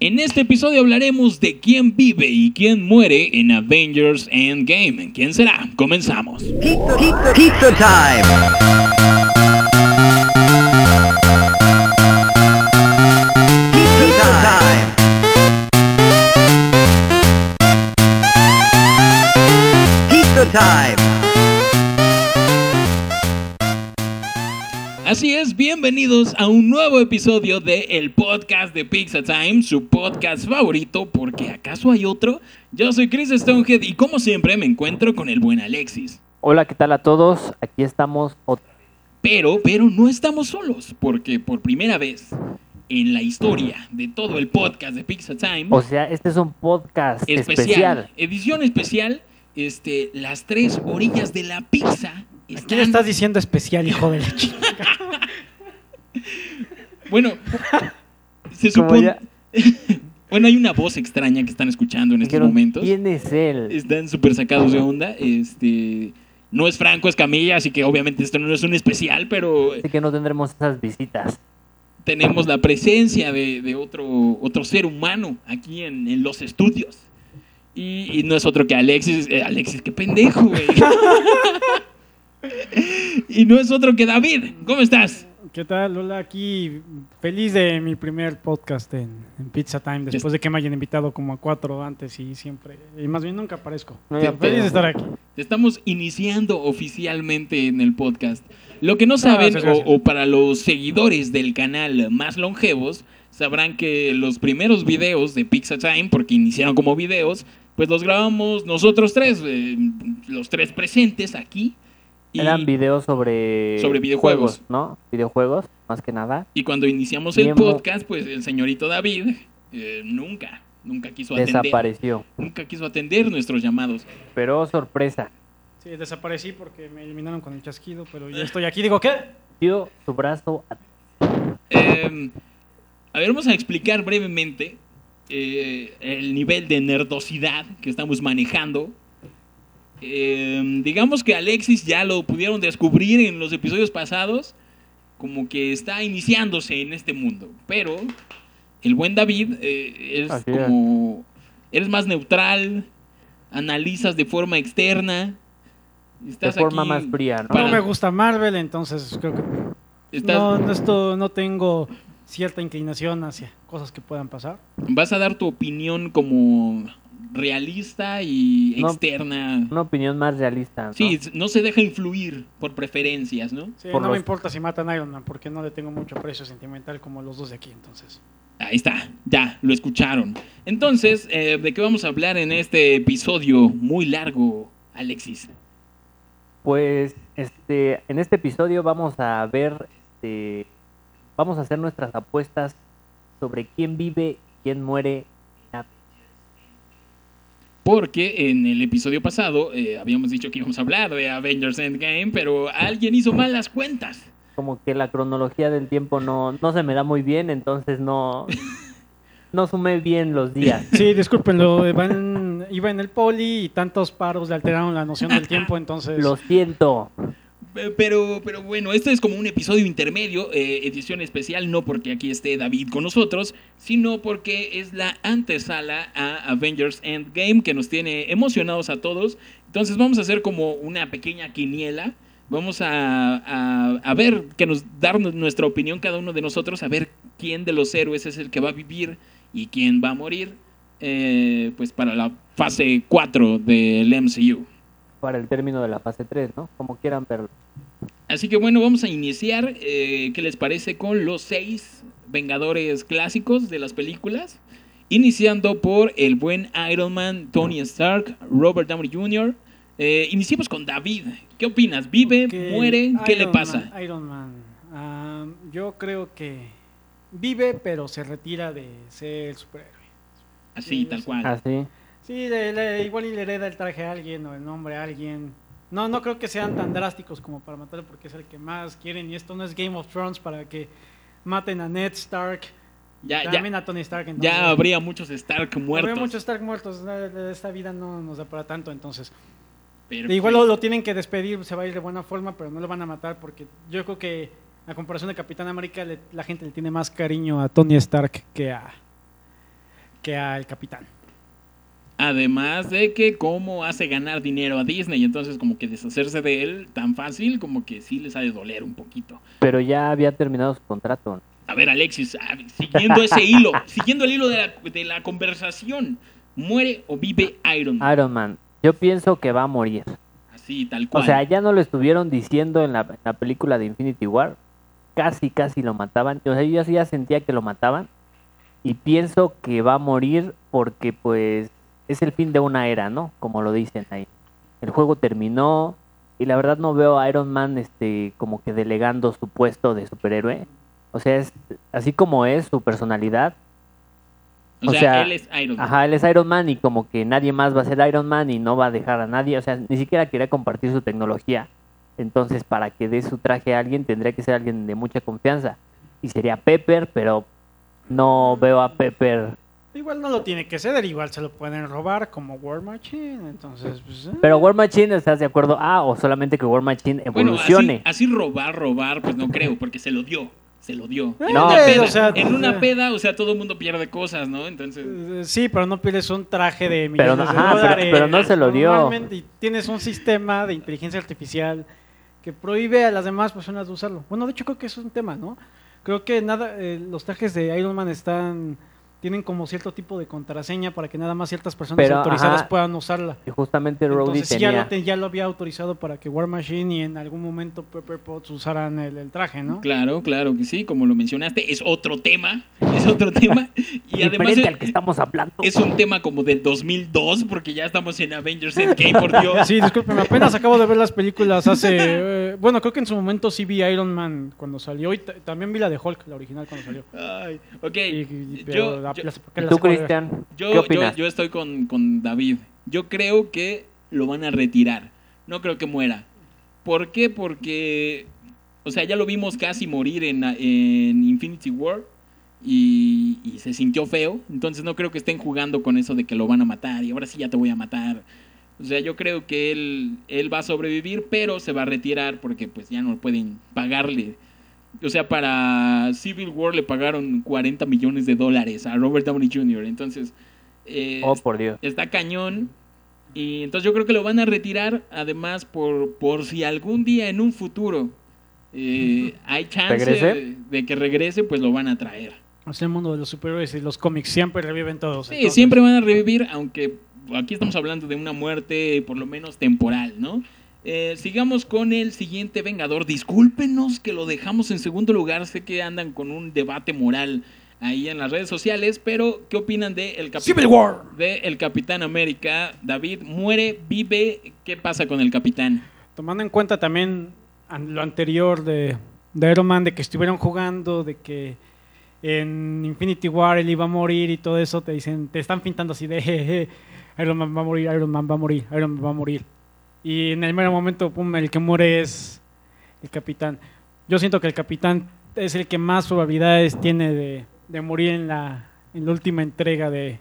En este episodio hablaremos de quién vive y quién muere en Avengers Endgame. ¿Quién será? Comenzamos. Pizza, pizza, pizza time. Pizza time. Pizza time. Así es, bienvenidos a un nuevo episodio de el podcast de Pizza Time, su podcast favorito, porque ¿acaso hay otro? Yo soy Chris Stonehead y como siempre me encuentro con el buen Alexis. Hola, ¿qué tal a todos? Aquí estamos otra Pero, pero no estamos solos, porque por primera vez en la historia de todo el podcast de Pizza Time, O sea, este es un podcast especial. edición especial, este, las tres orillas de la pizza. ¿A quién le están- estás diciendo especial, hijo de la chica? Bueno, se Como supone. ya- bueno, hay una voz extraña que están escuchando en estos Dijeron, momentos. ¿Quién es él? Están súper sacados de onda. Este. No es Franco Escamilla, así que obviamente esto no es un especial, pero Así que no tendremos esas visitas. tenemos la presencia de, de otro, otro ser humano aquí en, en los estudios. Y, y no es otro que Alexis. eh, Alexis, qué pendejo, güey. y no es otro que David. ¿Cómo estás? ¿Qué tal? Hola, aquí feliz de mi primer podcast en, en Pizza Time, después de que me hayan invitado como a cuatro antes y siempre, y más bien nunca aparezco. No, ya Feliz pedo. de estar aquí. Estamos iniciando oficialmente en el podcast. Lo que no saben, gracias, o, gracias. o para los seguidores del canal más longevos, sabrán que los primeros videos de Pizza Time, porque iniciaron como videos, pues los grabamos nosotros tres, eh, los tres presentes aquí. Y, Eran videos sobre... Sobre videojuegos. juegos, ¿No? Videojuegos, más que nada. y cuando iniciamos el Bien, podcast, pues el señorito David eh, nunca, nunca quiso atender. Desapareció. Nunca quiso atender nuestros llamados. Pero oh, sorpresa. Sí, desaparecí porque me eliminaron con el chasquido, pero ya estoy aquí. Digo, ¿qué? Dio su brazo a- Eh, a ver, vamos a explicar brevemente eh, el nivel de nerdosidad que estamos manejando. Eh, digamos que Alexis ya lo pudieron descubrir en los episodios pasados, como que está iniciándose en este mundo. Pero el buen David eh, es Así es. como. Eres más neutral, analizas de forma externa. de Estás forma aquí- más fría, ¿no? Para- No me gusta Marvel, entonces creo que estás- no, no, esto, no tengo cierta inclinación hacia cosas que puedan pasar. vas a dar tu opinión como realista y No. externa. Una opinión más realista, ¿no? Sí, no se deja influir por preferencias, ¿no? Sí, Por no los- me importa si matan a Iron Man porque no le tengo mucho aprecio sentimental como los dos de aquí, entonces. Ahí está, ya, lo escucharon. Entonces, eh, ¿de qué vamos a hablar en este episodio muy largo, Alexis? Pues, este, en este episodio vamos a ver, este, vamos a hacer nuestras apuestas sobre quién vive y quién muere. Porque en el episodio pasado eh, habíamos dicho que íbamos a hablar de Avengers Endgame, pero alguien hizo mal las cuentas. Como que la cronología del tiempo no, no se me da muy bien, entonces no, no sumé bien los días. Sí, discúlpenlo, eh, va en- iba en el poli y tantos paros le alteraron la noción del tiempo, entonces... Lo siento. Eh, Pero, pero bueno, este es como un episodio intermedio, eh, edición especial, no porque aquí esté David con nosotros, sino porque es la antesala a Avengers Endgame que nos tiene emocionados a todos. Entonces vamos a hacer como una pequeña quiniela. Vamos a, a- a ver, que nos darnos nuestra opinión cada uno de nosotros, a ver quién de los héroes es el que va a vivir y quién va a morir, eh, pues para la fase 4 del MCU. Para el término de la fase 3, ¿no? Como quieran verlo. Así que bueno, vamos a iniciar. eh, ¿Qué les parece con los seis Vengadores clásicos de las películas? Iniciando por el buen Iron Man, Tony Stark, Robert Downey Jr. Eh, iniciemos con David. ¿Qué opinas? ¿Vive? que ¿Muere? ¿Qué le Iron pasa? Man, Iron Man. ah, yo creo que vive, pero se retira de ser superhéroe. Así, tal cual. Así. Sí, le- le- igual y le hereda el traje a alguien o el nombre a alguien. No, no creo que sean tan drásticos como para matarlo porque es el que más quieren y esto no es Game of Thrones para que maten a Ned Stark, Ya, también ya, a Tony Stark. entonces- ya habría muchos Stark muertos. Habría muchos Stark muertos, la- la- esta vida no nos da para tanto, entonces. Pero, Igual lo, lo tienen que despedir, se va a ir de buena forma, pero no lo van a matar porque yo creo que a comparación de Capitán América le- la gente le tiene más cariño a Tony Stark que a que al capitán. Además de que cómo hace ganar dinero a Disney, entonces como que deshacerse de él tan fácil como que sí les ha de doler un poquito. Pero ya había terminado su contrato. ¿no? A ver, Alexis, a- siguiendo ese hilo, siguiendo el hilo de la, de la conversación, ¿muere o vive Iron Man? Iron Man, yo pienso que va a morir. Así, tal Ah, O cual. sea, ya no lo estuvieron diciendo en la, en la película de Infinity War. Casi, casi lo mataban. O sea, yo ya- ya sentía que lo mataban. Y pienso que va a morir porque, pues, es el fin de una era, ¿no? Como lo dicen ahí. El juego terminó. Y la verdad no veo a Iron Man este, como que delegando su puesto de superhéroe. O sea, es así como es su personalidad. O o sea, sea, él es Iron Man. Ajá, él es Iron Man y como que nadie más va a ser Iron Man y no va a dejar a nadie. O sea, ni siquiera quería compartir su tecnología. Entonces, para que dé su traje a alguien, tendría que ser alguien de mucha confianza. Y sería Pepper, pero no veo a Pepper. Igual no lo tiene que ceder, igual se lo pueden robar como War Machine, entonces pues... eh. Pero War Machine, ¿estás de acuerdo? Ah, o solamente que War Machine Bueno, así, evolucione. así robar, robar, pues no creo, porque se lo dio. Se lo dio. Eh, en, una o peda, sea, en una eh. peda, o sea, todo el mundo pierde cosas, ¿no? Entonces, Eh, Sí, pero no pierdes un traje de millones Pero no- de ajá, pero- dólares. pero no se lo dio. Normalmente, y tienes un sistema de inteligencia artificial que prohíbe a las demás personas de usarlo. Bueno, de hecho creo que es un tema, ¿no? Creo que nada, eh, los trajes de Iron Man están tienen como cierto tipo de contraseña para que nada más ciertas personas Pero, autorizadas ajá. puedan usarla. Y justamente Rhodey Entonces sí, ya, tenía. lo, te- ya lo había autorizado para que War Machine y en algún momento Pepper Potts usaran el, el traje, ¿no? claro, claro que sí, como lo mencionaste, es otro tema, es otro tema. Y además Diferente es, al que estamos hablando. es un tema como del 2002, porque ya estamos en Avengers Endgame, por Dios. Sí, discúlpeme, apenas acabo de ver las películas hace... eh, bueno, creo que en su momento sí vi Iron Man cuando salió y ta- también vi la de Hulk, la original cuando salió. Ay, ok, Y- y- yo- pero la- yo- las- porque ¿Y las tú, acabo de ver. Cristian? Yo, ¿Qué yo- opinas? yo estoy con, con David. Yo creo que lo van a retirar. No creo que muera. ¿Por qué? Porque, o sea, ya lo vimos casi morir en, en Infinity War y, y se sintió feo. Entonces no creo que estén jugando con eso de que lo van a matar y ahora sí ya te voy a matar. O sea, yo creo que él, él va a sobrevivir, pero se va a retirar porque pues ya no pueden pagarle. O sea, para Civil War le pagaron 40 millones de dólares a Robert Downey Jr. Entonces, eh, Oh, por Dios. está cañón. Y entonces yo creo que lo van a retirar, además, por, por si algún día en un futuro eh, hay chance ¿Regrese? de, de que regrese, pues lo van a traer. Es el mundo de los superhéroes y los cómics, siempre reviven todos. Sí, entonces- siempre van a revivir, aunque aquí estamos hablando de una muerte por lo menos temporal, ¿no? Eh, sigamos con el siguiente Vengador. Discúlpenos que lo dejamos en segundo lugar. Sé que andan con un debate moral ahí en las redes sociales, pero ¿qué opinan de el Capitán, Civil War. De el Capitán América? David muere, vive. ¿Qué pasa con el Capitán? Tomando en cuenta también an- lo anterior de, de Iron Man, de que estuvieron jugando, de que en Infinity War él iba a morir y todo eso, te dicen, te están pintando así de, "Jeje, Iron Man va a morir, Iron Man va a morir, Iron Man va a morir. Y en el mero momento, pum, el que muere es el capitán. Yo siento que el capitán es el que más probabilidades tiene de, de morir en la, en la última entrega de,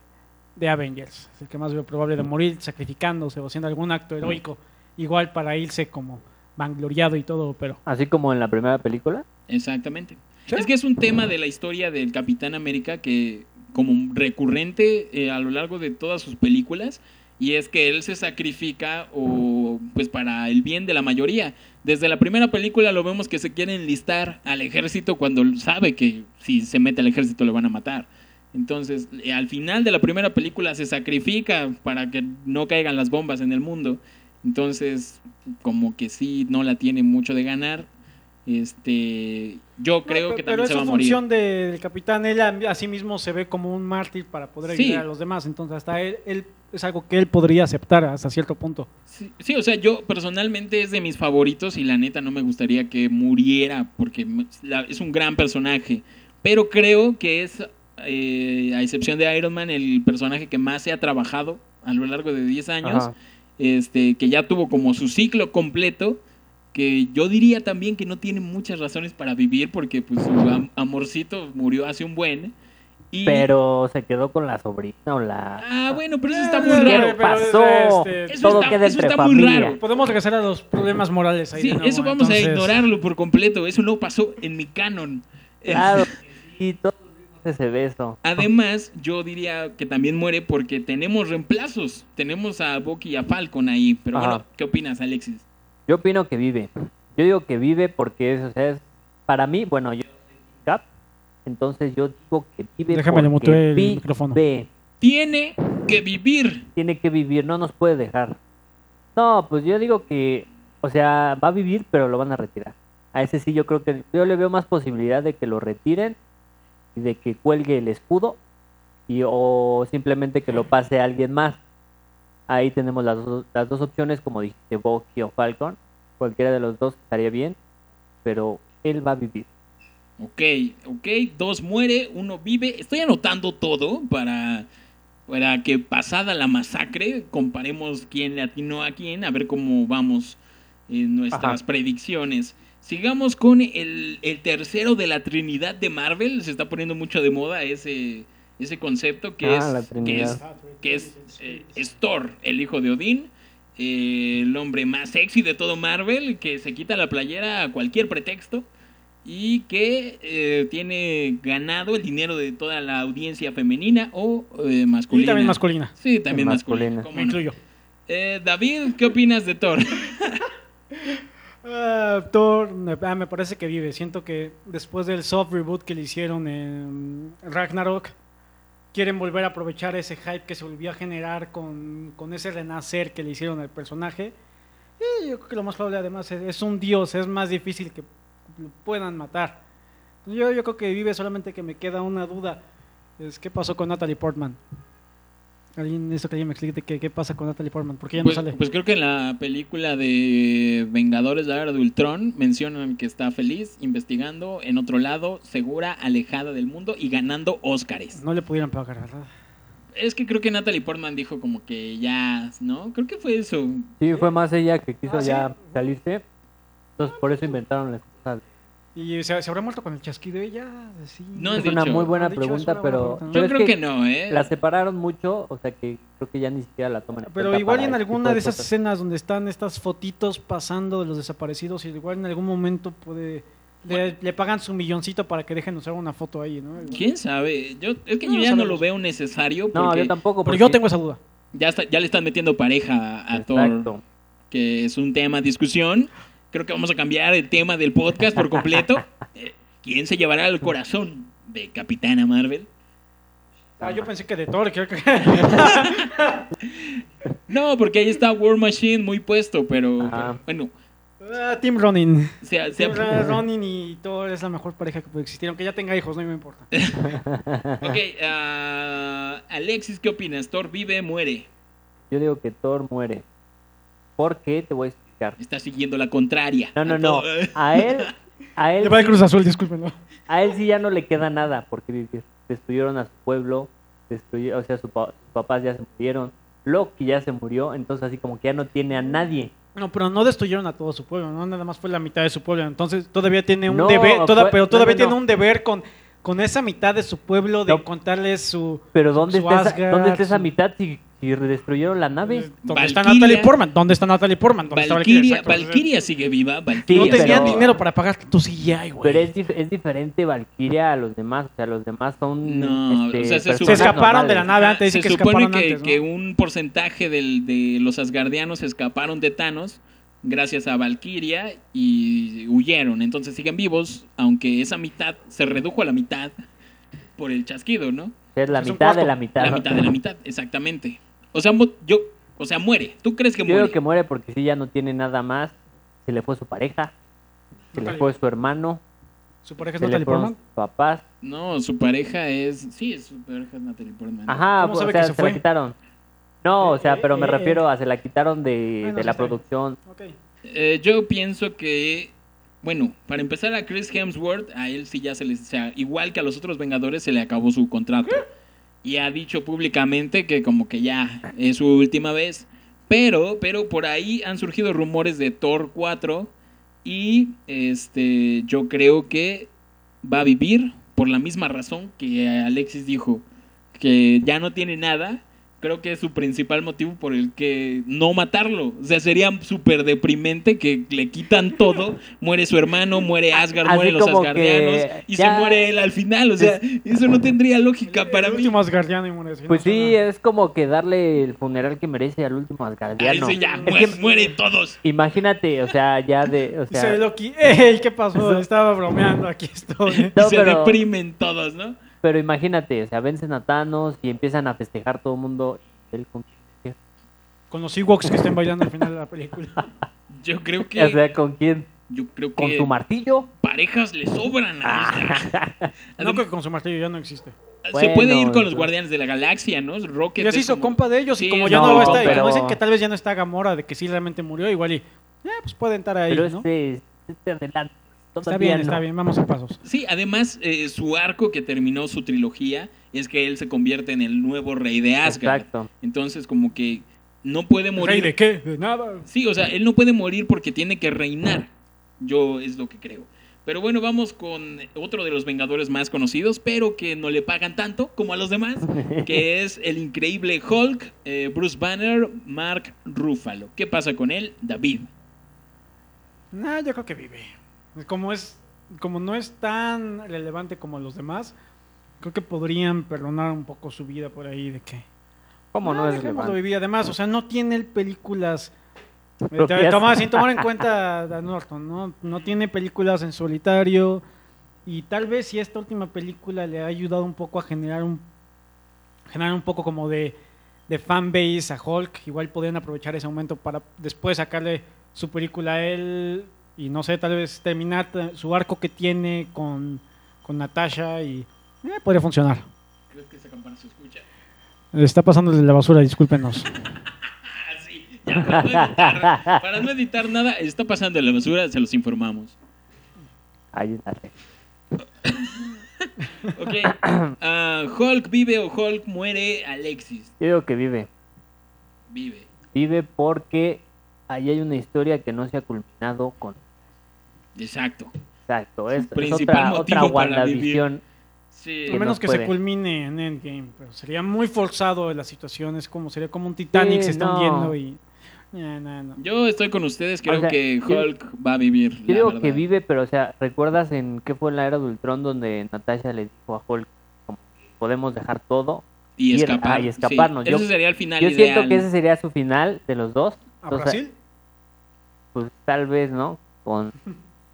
de Avengers. Es el que más veo probable de morir sacrificándose o haciendo algún acto heroico, igual para irse como vangloriado y todo, pero... Así como en la primera película. Exactamente. Es que es un tema de la historia del Capitán América que como recurrente eh, a lo largo de todas sus películas y es que él se sacrifica o pues para el bien de la mayoría. Desde la primera película lo vemos que se quiere enlistar al ejército cuando sabe que si se mete al ejército le van a matar. Entonces, eh, al final de la primera película se sacrifica para que no caigan las bombas en el mundo. Entonces, como que sí no la tiene mucho de ganar. Este, yo creo No, pe- que pero también se esa va a es morir. función de- del capitán, él a, a sí mismo se ve como un mártir para poder Sí. ayudar a los demás, entonces hasta él, él- es algo que él podría aceptar hasta cierto punto. Sí, sí, o sea, yo personalmente es de mis favoritos y la neta no me gustaría que muriera porque me- la- es un gran personaje. Pero creo que es, eh, a excepción de Iron Man, el personaje que más se ha trabajado a lo largo de 10 años. Ajá. este, que ya tuvo como su ciclo completo, que yo diría también que no tiene muchas razones para vivir porque pues, su am- amorcito murió hace un buen. Y... Pero se quedó con la sobrina o la. Ah, bueno, pero eso está Eh, muy raro. pero- pero es, pasó. este, Eso Todo está, queda eso entre está muy familia. raro. Podemos regresar a los problemas morales ahí. Sí, de nuevo, eso vamos entonces- a ignorarlo por completo. Eso no pasó en mi canon. Eh, Claro. Y todos vimos ese beso. Además, yo diría que también muere porque tenemos reemplazos. Tenemos a Bucky y a Falcon ahí. Pero Ajá. bueno, ¿qué opinas, Alexis? Yo opino que vive. Yo digo que vive porque es, o sea, es- para mí, bueno, yo soy Cap, entonces yo digo que vive Déjame, le porque muteo el vive. micrófono. Tiene que vivir. Tiene que vivir, no nos puede dejar. No, pues yo digo que, o sea, va a vivir, pero lo van a retirar. A ese sí yo creo que yo le veo más posibilidad de que lo retiren y de que cuelgue el escudo y o simplemente que lo pase a alguien más. Ahí tenemos las dos, las dos opciones, como dijiste, Bucky o Falcon. Cualquiera de los dos estaría bien, pero él va a vivir. Ok, ok. Dos muere, uno vive. Estoy anotando todo para, para que pasada la masacre comparemos quién le atinó a quién, a ver cómo vamos en nuestras Ajá. predicciones. Sigamos con el, el tercero de la Trinidad de Marvel. Se está poniendo mucho de moda ese, ese concepto que Ah, es- la que es Trinidad. que es, eh, es Thor, el hijo de Odín, eh, el hombre más sexy de todo Marvel, que se quita la playera a cualquier pretexto y que eh, tiene ganado el dinero de toda la audiencia femenina o eh, masculina. Y también masculina. Sí, también masculina. Masculina. cómo Me no. incluyo. Eh, David, ¿qué opinas de Thor? Ah, Thor, me, ah, me parece que vive. Siento que después del soft reboot que le hicieron en Ragnarok, quieren volver a aprovechar ese hype que se volvió a generar con, con ese renacer que le hicieron al personaje. Y yo creo que lo más probable además es, es un dios, es más difícil que lo puedan matar. Yo, yo creo que vive, solamente que me queda una duda. Es ¿Qué pasó con Natalie Portman? Alguien, eso que alguien me explique qué, qué pasa con Natalie Portman, porque ella Pues, no sale. pues creo que en la película de Vengadores de la Era de Ultron mencionan que está feliz, investigando en otro lado, segura, alejada del mundo y ganando Óscares. no le pudieron pagar, ¿verdad? Es que creo que Natalie Portman dijo como que ya, ¿no? Creo que fue eso. Sí, fue más ella que quiso Ah, sí. ya salirse. Entonces por eso inventaron la excusa. ¿Y se, se habrá muerto con el chasquido ella? Sí. Ah, No, Es de una hecho. muy buena Han dicho, es pregunta, una buena pero pregunta, ¿no? Yo pero es creo que, no, ¿eh? La separaron mucho, o sea que creo que ya ni siquiera la toman. en Pero cuenta igual para en ese alguna tipo de esas cosas. escenas donde están estas fotitos pasando de los desaparecidos, y igual en algún momento puede le, le pagan su milloncito para que dejen usar una foto ahí, ¿no? Igual. ¿Quién sabe? Yo, es que No yo lo ya no sabemos. lo veo necesario No, porque yo tampoco. Pero yo porque- tengo esa duda. ya, está- ya le están metiendo pareja a, a Thor, Exacto. que es un tema de discusión. Creo que vamos a cambiar el tema del podcast por completo. Eh, ¿Quién se llevará el corazón de Capitana Marvel? Ah, yo pensé que de Thor, creo que... No, porque ahí está War Machine muy puesto, pero, Ajá. pero, bueno, Ah, Tim Ronin. se, se- Tim Ra- Ronin y Thor es la mejor pareja que puede existir, aunque ya tenga hijos, no me importa. Ok, ah, Alexis, ¿qué opinas? ¿Thor vive, muere? Yo digo que Thor muere. ¿Por qué? Te voy a explicar. Está siguiendo la contraria. eh, No, no, A no. todo- A él, a él, Le va el Cruz Azul, discúlpenlo. a él sí ya no le queda nada porque vivir. Destruyeron a su pueblo, destruyeron, o sea, su pa- sus papás ya se murieron, Loki ya se murió, entonces así como que ya no tiene a nadie. No, pero no destruyeron a todo su pueblo, no nada más fue la mitad de su pueblo. Entonces todavía tiene un No, deber, toda- fue- pero todavía no, no, no. tiene un deber con, con esa mitad de su pueblo de No. contarles su Pero ¿dónde, Su está, esa, Asgard, ¿dónde está esa su- mitad si, si destruyeron la nave? eh, ¿Dónde está Valkyria. Natalie Portman? ¿Dónde está Natalie Portman? ¿Dónde está Valkyria, Exacto. Valkyria sigue viva. Valkyria. Sí, no tenía pero- dinero para pagar tu CGI, Pero güey. es, dif- es diferente Valkyria a los demás. O sea, los demás son. No, este, o sea, se personas Se escaparon normales. de la nave antes, se dicen que supone escaparon que, antes, ¿no? que un porcentaje del- de los asgardianos escaparon de Thanos gracias a Valkyria y huyeron. Entonces siguen vivos, aunque esa mitad se redujo a la mitad por el chasquido, ¿no? O sea, es la Es un mitad de cuarto. la mitad. La mitad de la mitad, exactamente. O sea, mu- yo, o sea, muere. ¿Tú crees que Yo creo muere? que muere porque si ya no tiene nada más. Se le fue su pareja, se le Natalie- fue su hermano, ¿Su pareja es se le Natalie fueron Portman? sus papás. No, su pareja es, sí, es su pareja es Natalie Portman. Ajá, pues, ¿Cómo o sabe sea, que se, se la fue? quitaron. No, o sea, pero me Eh, eh, refiero a se la quitaron de, Ah, no, de sí la está bien. producción. Ok. Eh, yo pienso que, bueno, para empezar a Chris Hemsworth, a él sí ya se les, o sea, igual que a los otros Vengadores, se le acabó su contrato. Y ha dicho públicamente que como que ya es su última vez. Pero, pero por ahí han surgido rumores de Thor 4 y este, yo creo que va a vivir por la misma razón que Alexis dijo, que ya no tiene nada, creo que es su principal motivo por el que no matarlo. O sea, sería súper deprimente que le quitan todo. Muere su hermano, muere Asgard, Así mueren los como que asgardianos y ya- se muere él al final. O sea, eso no tendría lógica para el mí. último Asgardiano y muere, no Pues sé sí, nada. es como que darle el funeral que merece al último Ahí Asgardiano. sí ya, Es que muere, muere todos. imagínate, o sea, ya de, o Dice sea, Loki, ¡Ey! ¿Qué pasó? Estaba bromeando, aquí estoy. No, y se pero- deprimen todos, ¿no? pero imagínate, o sea, vencen a Thanos y empiezan a festejar todo el mundo. Él con- Con los Ewoks que estén bailando al final de la película. Yo creo que. o sea, ¿con quién? yo creo ¿Con Ah. que tu martillo? parejas le sobran a Asgard. No creo que con su martillo ya no existe. se puede Bueno, ir con los eso. guardianes de la galaxia, ¿no? Rocket. Ya es se hizo como- compa de ellos Sí, y como es ya no va a como- estar, y como pero- dicen que tal vez ya no está Gamora, de que sí realmente murió, igual y, eh, pues puede entrar ahí, Pero ¿no? este, este adelante. Está bien, todavía está no. bien, vamos a pasos. Sí, además eh, su arco que terminó su trilogía es que él se convierte en el nuevo rey de Asgard. Exacto. Entonces como que no puede ¿Rey morir. de qué? De nada. Sí, o sea, él no puede morir porque tiene que reinar. Yo es lo que creo. Pero bueno, vamos con otro de los Vengadores más conocidos, pero que no le pagan tanto como a los demás, que es el increíble Hulk, eh, Bruce Banner, Mark Ruffalo. ¿Qué pasa con él, David? Nah, yo creo que vive. Como es, como no es tan relevante como los demás, creo que podrían perdonar un poco su vida por ahí de que. ¿Cómo no "Ah, es dejémoslo relevante? vivir. Además, o sea, no tiene el películas. eh, Propias. toma- sin tomar en cuenta a Dan Norton, ¿no? No tiene películas en solitario. Y tal vez si esta última película le ha ayudado un poco a generar un. generar un poco como de. de fanbase a Hulk. Igual podrían aprovechar ese momento para después sacarle su película a él. Y no sé, tal vez terminar t- su arco que tiene con, con Natasha y. eh, podría funcionar. ¿Crees que esa campana se escucha? Está pasándole la basura, discúlpenos. Ah, sí, ya, para, no editar, para no editar nada, está pasando en la basura, se los informamos. Ahí está. Ok, ah, Hulk vive o Hulk muere, Alexis Yo digo que vive. vive. Vive porque ahí hay una historia que no se ha culminado con. Exacto. Exacto, es, es principal otra, motivo otra para WandaVision. Sí. A Que menos no que se puede. culmine en Endgame, pero sería muy forzado la situación, es como sería como un Titanic Sí, se están no. yendo y Ya, no, no. Yo estoy con ustedes, creo O sea, que yo- Hulk va a vivir. Yo la digo verdad. que vive, pero o sea, ¿recuerdas en qué fue en la era de Ultron donde Natasha le dijo a Hulk como, podemos dejar todo? Y y- escapar. ah, y escaparnos. sí. Yo- Ese sería el final Yo ideal. siento que ese sería su final de los dos. ¿A Entonces, Brasil? Pues tal vez, ¿no? Con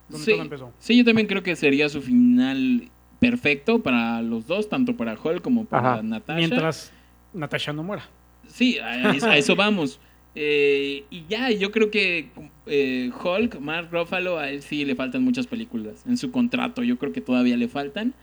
Donde sí. todo empezó. Sí, yo también creo que sería su final perfecto para los dos, tanto para Hulk como para Ajá. Natasha. Mientras Natasha no muera. Sí, a, es- a eso vamos. Eh, y ya, yo creo que eh, Hulk, Mark Ruffalo, a él sí le faltan muchas películas en su contrato. Yo creo que todavía le faltan.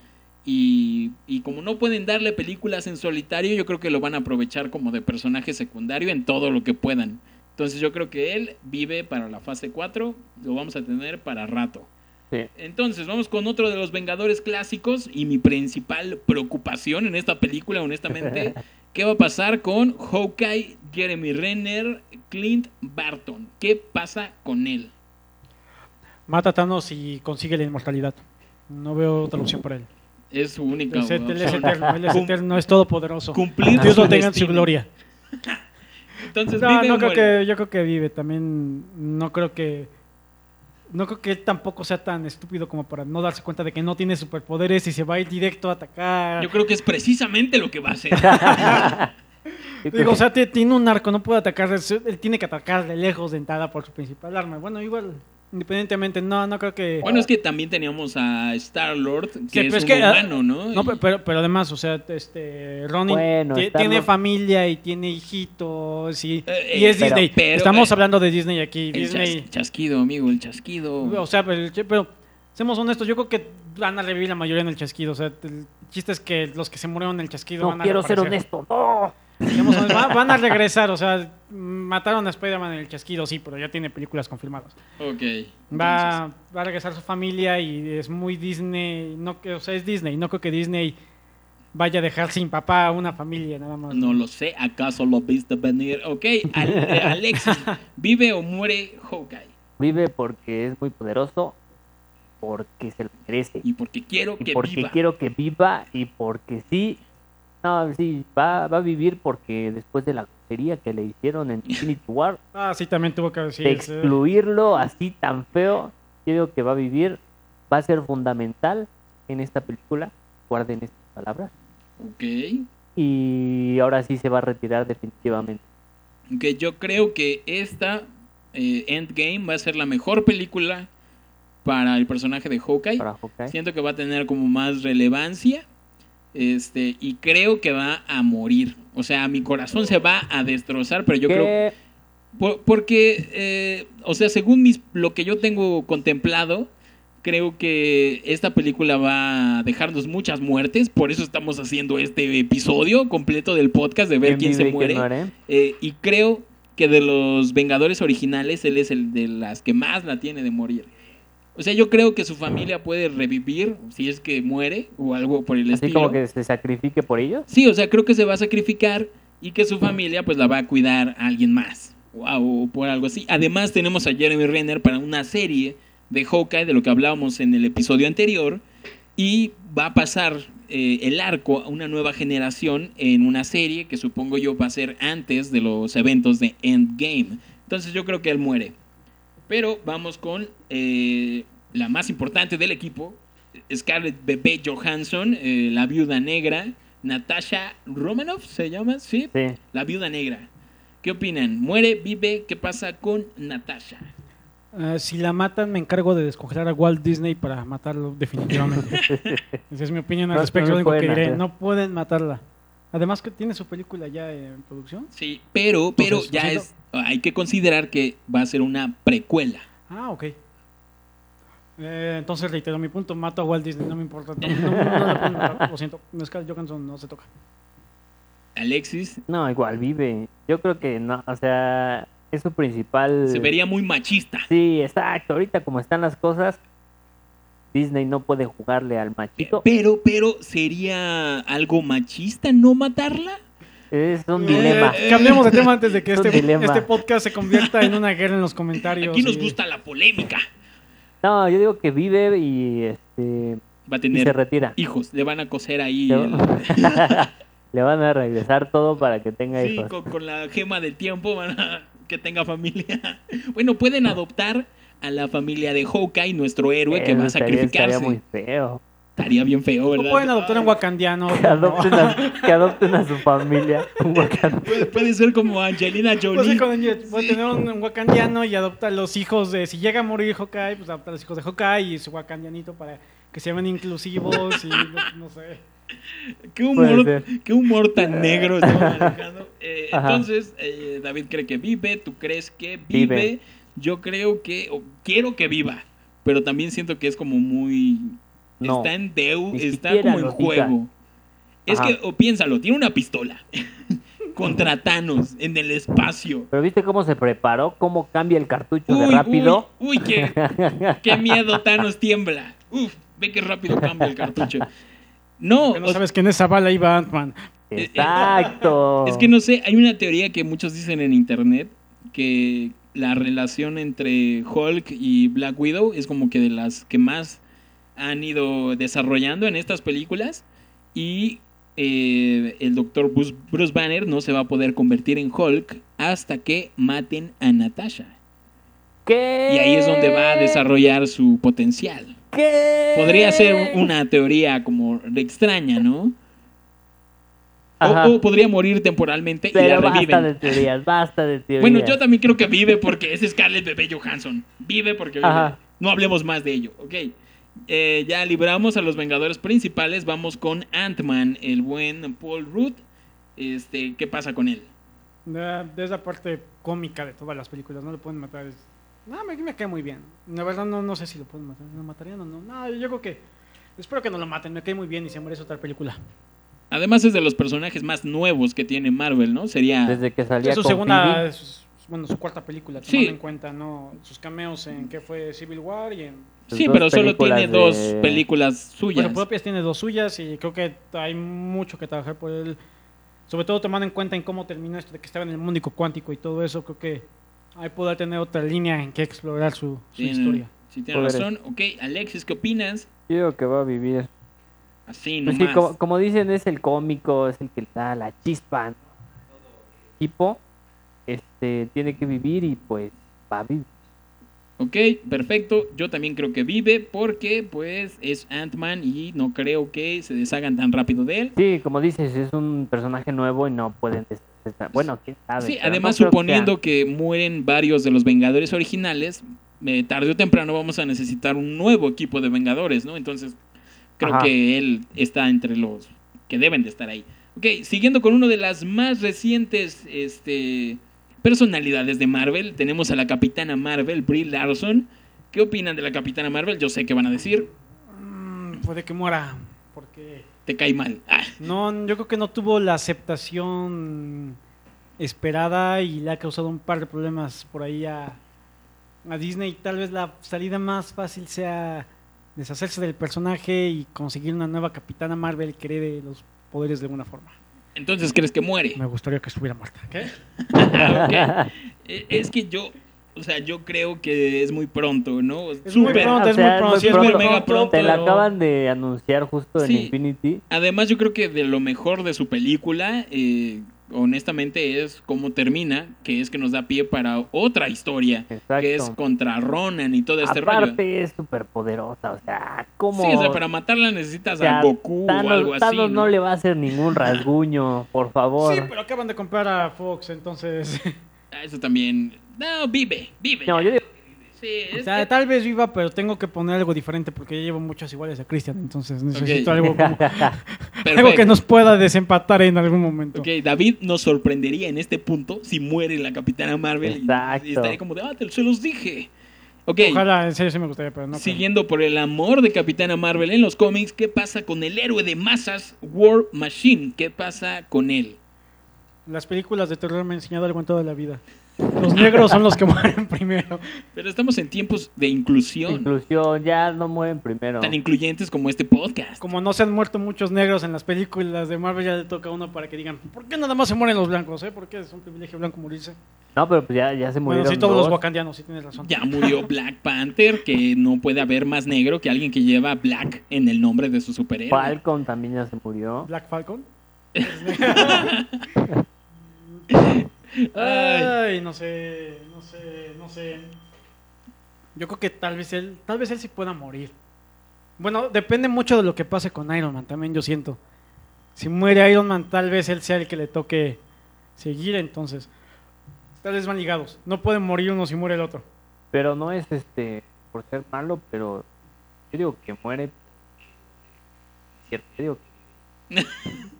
Y, y como no pueden darle películas en solitario, yo creo que lo van a aprovechar como de personaje secundario en todo lo que puedan. Entonces yo creo que él vive para la fase 4, lo vamos a tener para rato. Sí. Entonces vamos con otro de los Vengadores clásicos y mi principal preocupación en esta película, honestamente, ¿Qué va a pasar con Hawkeye, Jeremy Renner, Clint Barton? ¿Qué pasa con él? Mata a Thanos y consigue la inmortalidad. No veo otra opción para él. Es su única Es et- Él es opción. eterno, él es Cum- eterno, es todopoderoso. Cumplir Dios su lo tenga en su destino. gloria. Entonces No, vive o no creo muere. que, yo creo que vive también. No creo que. No creo que él tampoco sea tan estúpido como para no darse cuenta de que no tiene superpoderes y se va a ir directo a atacar. Yo creo que es precisamente lo que va a hacer. yo creo Digo, o que- sea, te- tiene un arco, no puede atacar, es- él tiene que atacar de lejos de entrada por su principal arma. Bueno, igual, independientemente, no, no creo que... bueno, es que también teníamos a Star-Lord, que Sí, es pero un es que, ah, humano, ¿no? No, Y- pe- pero, pero además, o sea, este, Ronin Bueno, ti- estamos- tiene familia y tiene hijitos y, Eh, y es pero- Disney. pero, Estamos eh, hablando de Disney aquí, el chas- Disney. chasquido, amigo, el chasquido. O sea, pero, pero, seamos honestos, yo creo que van a revivir la mayoría en el chasquido. O sea, el chiste es que los que se murieron en el chasquido no van a quiero ser reaparecer. honesto, no. Digamos, va- van a regresar, o sea, mataron a Spider-Man en el chasquido, sí, pero ya tiene películas confirmadas. ok. entonces- Va, va a regresar su familia y es muy Disney, no, que- o sea, es Disney, no creo que Disney vaya a dejar sin papá a una familia nada más. No lo sé, ¿acaso lo viste venir? Ok, Al- eh, Alexis, ¿vive o muere Hawkeye? Vive porque es muy poderoso, porque se lo merece. Y porque quiero y que porque viva. quiero que viva y porque sí. No, sí, va, va a vivir porque después de la grosería que le hicieron en Infinity War, Ah, sí, también tuvo que decir. eh, de ese- excluirlo así tan feo, yo digo que va a vivir, va a ser fundamental en esta película, guarden estas palabras, Ok. y ahora sí se va a retirar definitivamente. que yo creo que esta eh, Endgame va a ser la mejor película para el personaje de Hawkeye. para Hawkeye. Siento que va a tener como más relevancia. Este, y creo que va a morir. O sea, mi corazón se va a destrozar, pero yo Que- creo por- porque, eh, o sea, según mis, lo que yo tengo contemplado, creo que esta película va a dejarnos muchas muertes. Por eso estamos haciendo este episodio completo del podcast de ver ¿quién quién se vive y muere. quién muere? Eh, y creo que de los Vengadores originales, él es el de las que más la tiene de morir. O sea, yo creo que su familia puede revivir si es que muere o algo por el Así estilo. como que se sacrifique por ellos. Sí, o sea, creo que se va a sacrificar y que su familia pues la va a cuidar a alguien más. Wow, o por algo así. Además tenemos a Jeremy Renner para una serie de Hawkeye, de lo que hablábamos en el episodio anterior, y va a pasar eh, el arco a una nueva generación en una serie que supongo yo va a ser antes de los eventos de Endgame. Entonces yo creo que él muere. Pero vamos con eh, la más importante del equipo, Scarlett Bebé Johansson, eh, la viuda negra, Natasha Romanoff se llama, sí, Sí. la viuda negra. ¿Qué opinan? ¿Muere, vive? ¿Qué pasa con Natasha? Ah, si la matan, me encargo de descongelar a Walt Disney para matarlo definitivamente. Esa es mi opinión al No, respecto. no lo único que pueden diré, hacer. no pueden matarla. Además que tiene su película ya en producción. Sí, pero, pero Entonces, ya siento- es, hay que considerar que va a ser una precuela. Ah, ok. Eh, entonces reitero mi punto, mato a Walt Disney, no me importa. No, no, no la pueden matar, lo siento, no es que Johansson no se toca. Alexis No, igual vive. Yo creo que no, o sea, es su principal. se vería muy machista. Sí, exacto. Ahorita como están las cosas, Disney no puede jugarle al machito. Pero, pero, ¿sería algo machista no matarla? Es un dilema. Eh, cambiemos de tema antes de que Es un este, dilema. este podcast se convierta en una guerra en los comentarios. Aquí nos y- gusta la polémica. No, yo digo que vive y este Va a y se tener retira. hijos, le van a coser ahí. Le, el- le van a regresar todo para que tenga Sí, hijos. con, con la gema del tiempo van a- que tenga familia. Bueno, pueden adoptar a la familia de Hawkeye, nuestro héroe que Eso va a estaría- sacrificarse. Estaría Estaría, muy feo. bien feo, O ¿verdad? pueden adoptar a un wakandiano. Que adopten a, que adopten a su familia. Un guacamole. Puede, puede ser como Angelina Jolie. Pues sí, con el- puede tener un wakandiano y adopta a los hijos de. Si llega a morir Hawkeye, pues adopta a los hijos de Hawkeye y su wakandianito para que se llamen inclusivos y no, no sé. ¿Qué, humor, Puede qué humor tan negro estamos manejando. Eh, Ajá. entonces, eh, David cree que vive, tú crees que vive. Vive. Yo creo que, o quiero que viva, pero también siento que es como muy... No, está en deu, ni está siquiera como en lo digas. juego. Es Ajá. que, o piénsalo, tiene una pistola contra Thanos en el espacio. Pero viste cómo se preparó, cómo cambia el cartucho Uy, de rápido. uy, uy, qué, qué miedo, Thanos tiembla. Uf, ve que rápido cambia el cartucho. No, Porque no o sabes quién es esa bala y va Ant-Man. eh, Exacto. Es que no sé, hay una teoría que muchos dicen en internet que la relación entre Hulk y Black Widow es como que de las que más han ido desarrollando en estas películas y eh, el doctor Bruce, Bruce Banner no se va a poder convertir en Hulk hasta que maten a Natasha. ¿Qué? Y ahí es donde va a desarrollar su potencial. ¿Qué? Podría ser una teoría como extraña, ¿no? O, Ajá. o podría morir temporalmente y la Pero reviven. basta de teorías, basta de teorías. Bueno, yo también creo que vive porque es Scarlett Bebé Johansson. Vive porque vive. Ajá. No hablemos más de ello, ok. Eh, ya libramos a los Vengadores principales. Vamos con Ant-Man, el buen Paul Rudd. Este, ¿Qué pasa con él? Ah, Es la parte cómica de todas las películas, no lo pueden matar. es- No, me, me cae muy bien. La verdad, no, no sé si lo pueden matar. ¿Lo matarían o no? No, yo creo que. Espero que no lo maten, me cae muy bien y se merece otra película. Además es de los personajes más nuevos que tiene Marvel, ¿no? Sería... Desde que salía Es su con segunda, Phoebe, es- bueno, su cuarta película, Sí. tomando en cuenta, ¿no? Sus cameos en que fue Civil War y en... sus sí, dos pero solo películas tiene de- dos películas suyas. Bueno, pues, propias tiene dos suyas y creo que hay mucho que trabajar por él. Sobre todo tomando en cuenta en cómo terminó esto de que estaba en el mundo cuántico y todo eso, creo que ahí podrá tener otra línea en que explorar su, su Tiene- historia. Sí, tiene Poderes. razón. Ok, Alexis, ¿qué opinas? Quiero que va a vivir. Así Pues nomás. sí, como, como dicen, es el cómico, es el que le da la chispa. ¿no? Tipo, este, tiene que vivir y pues va a vivir. Ok, perfecto. Yo también creo que vive porque pues es Ant-Man y no creo que se deshagan tan rápido de él. Sí, como dices, es un personaje nuevo y no pueden... des- des- Bueno, quién sabe. Sí, pero no además creo que suponiendo que mueren varios de los Vengadores originales, eh, tarde o temprano vamos a necesitar un nuevo equipo de Vengadores, ¿no? Entonces creo Ajá. que él está entre los que deben de estar ahí. Ok, siguiendo con una de las más recientes este, personalidades de Marvel, tenemos a la Capitana Marvel, Brie Larson. ¿Qué opinan de la Capitana Marvel? Yo sé que van a decir, Mm, puede que muera, porque te cae mal. Ah, no, yo creo que no tuvo la aceptación esperada y le ha causado un par de problemas por ahí a, a Disney. Tal vez la salida más fácil sea deshacerse del personaje y conseguir una nueva Capitana Marvel que herede los poderes de alguna forma. entonces crees que muere. Me gustaría que estuviera muerta. ¿Qué? Ok. Eh, Es que yo, o sea, yo creo que es muy pronto, ¿no? Es muy Súper. pronto. es muy pronto, sí, es muy mega pronto, Te la pero- acaban de anunciar justo en Sí. Infinity. Además, yo creo que de lo mejor de su película, eh, honestamente, es cómo termina, que es que nos da pie para otra historia, que es Exacto. contra Ronan y todo este Aparte rollo. es súper poderosa, o sea, como... Sí, o sea, para matarla necesitas o sea, a Goku Thanos, o algo así. Thanos no ¿no? le va a hacer ningún rasguño, por favor. Sí, pero acaban de comprar a Fox, entonces. Ah, Eso también. No, vive, vive. No, yo digo, Sí, O es sea, tal vez viva, pero tengo que poner algo diferente porque ya llevo muchas iguales a Christian, entonces necesito Ok. algo, como- algo perfecto. que nos pueda desempatar en algún momento. Ok, David nos sorprendería en este punto si muere la Capitana Marvel. y- Exacto. Y, estaría como de, ah, te- se los dije. Ok, Ojalá, en serio sí me gustaría, pero no. creo. siguiendo por el amor de Capitana Marvel en los cómics, ¿qué pasa con el héroe de masas, War Machine? ¿Qué pasa con él? Las películas de terror me han enseñado algo en toda la vida. Los negros son los que mueren primero. Pero estamos en tiempos de inclusión, inclusión, ya no mueren primero. tan incluyentes como este podcast. Como no se han muerto muchos negros en las películas de Marvel, ya le toca a uno para que digan, ¿por qué nada más se mueren los blancos? Eh? ¿Por qué es un privilegio blanco morirse? No, pero pues ya, ya se murieron Bueno, sí, todos los dos. wakandianos, sí tienes razón. Ya murió Black Panther, que no puede haber más negro que alguien que lleva Black en el nombre de su superhéroe. Falcon también ya se murió. Black Falcon. Ay. Ay, no sé, no sé, no sé. Yo creo que tal vez él, tal vez él sí pueda morir. Bueno, depende mucho de lo que pase con Iron Man, también yo siento. Si muere Iron Man, tal vez él sea el que le toque seguir, entonces. Tal vez van ligados. No pueden morir uno si muere el otro. Pero no es este por ser malo, pero yo digo que muere. Cierto, yo digo que.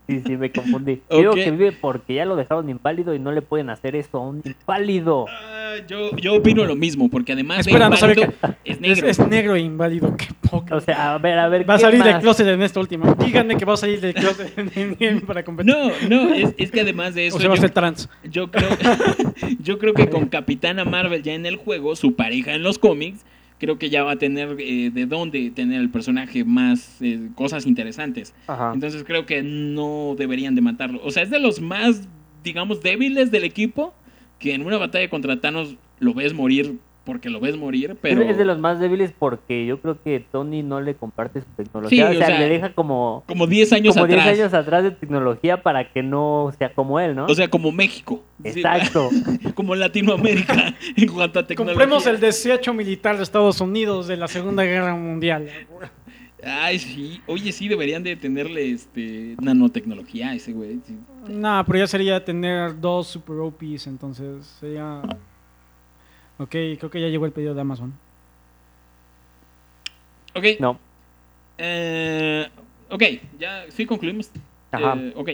Sí, sí, me confundí. Yo Digo Ok. que vive porque ya lo dejaron inválido y no le pueden hacer eso a un inválido. Ah, yo, yo opino lo mismo, porque además de Espera, no sabía inválido, es Es, negro. es negro e inválido, qué poca. O sea, a ver, a ver. va a ¿qué salir del más? closet en esta última. Díganme que va a salir del closet en- en- para competir. No, no, es, es que además de eso, o se va a yo, hacer trans. yo creo, yo creo que con Capitana Marvel ya en el juego, su pareja en los cómics, creo que ya va a tener eh, de dónde tener el personaje más eh, cosas interesantes. Ajá. Entonces creo que no deberían de matarlo. O sea, es de los más, digamos, débiles del equipo, que en una batalla contra Thanos lo ves morir porque lo ves morir, pero... Es de los más débiles porque yo creo que Tony no le comparte su tecnología. Sí, o, o sea, sea, le deja como, Como 10 años como 10 atrás. años atrás de tecnología para que no sea como él, ¿no? O sea, como México. Sí, Exacto. como Latinoamérica en cuanto a tecnología. Compremos el desecho militar de Estados Unidos de la Segunda Guerra Mundial. Ay, sí. Oye, sí, deberían de tenerle este nanotecnología a ese güey. sí. No, pero ya sería tener dos Super OPs, entonces sería... Ok, creo que ya llegó el pedido de Amazon. Ok. No. eh, ok, ya sí concluimos. Ajá. Eh, ok,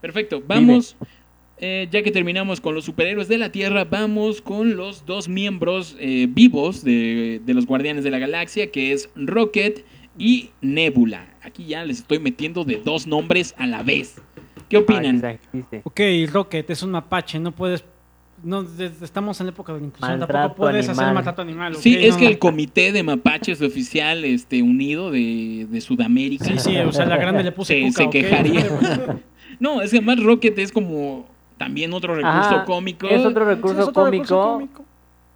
perfecto. Vamos, eh, ya que terminamos con los superhéroes de la Tierra, vamos con los dos miembros eh, vivos de, de los Guardianes de la Galaxia, que es Rocket y Nebula. Aquí ya les estoy metiendo de dos nombres a la vez. Ah, ¿Qué opinan? Ay, dice. Ok, Rocket es un mapache, no puedes... No, de- estamos en la época de la inclusión, Maltrato tampoco puedes hacer animal. maltrato animal. Ah, ok, Sí, es no. que el comité de mapaches oficial este, unido de, de Sudamérica Sí, sí, o sea, la grande le puse se, cuca, se ok. quejaría. no, es que más Rocket es como también otro recurso Ajá, cómico. Ah, Es otro Sí, recurso es otro cómico. recurso cómico.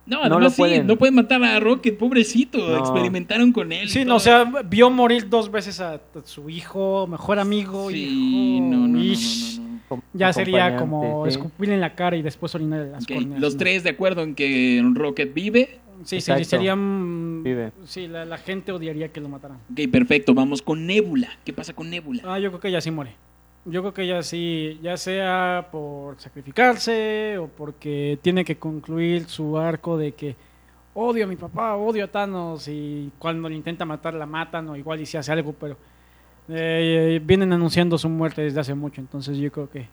No, No además lo sí, pueden- no pueden matar a Rocket, pobrecito. No. Experimentaron con él. y Sí, todo. no, o sea, vio morir dos veces a, a su hijo, mejor amigo. Sí, hijo, no, no, no, ish. no, no, no. Com- Ya sería acompañante, como sí. escupirle en la cara y después orinar en las Ok, córneas, Los ¿no? tres de acuerdo en que Rocket vive. Sí, sí, Exacto. serían. Vive. Sí, la, la gente odiaría que lo mataran. Ok, perfecto. Vamos con Nebula. ¿Qué pasa con Nebula? Ah, yo creo que ella sí muere. Yo creo que ella sí, ya sea por sacrificarse o porque tiene que concluir su arco de que odio a mi papá, odio a Thanos y cuando le intenta matar la matan o igual y se hace algo, pero eh, vienen anunciando su muerte desde hace mucho, entonces yo creo que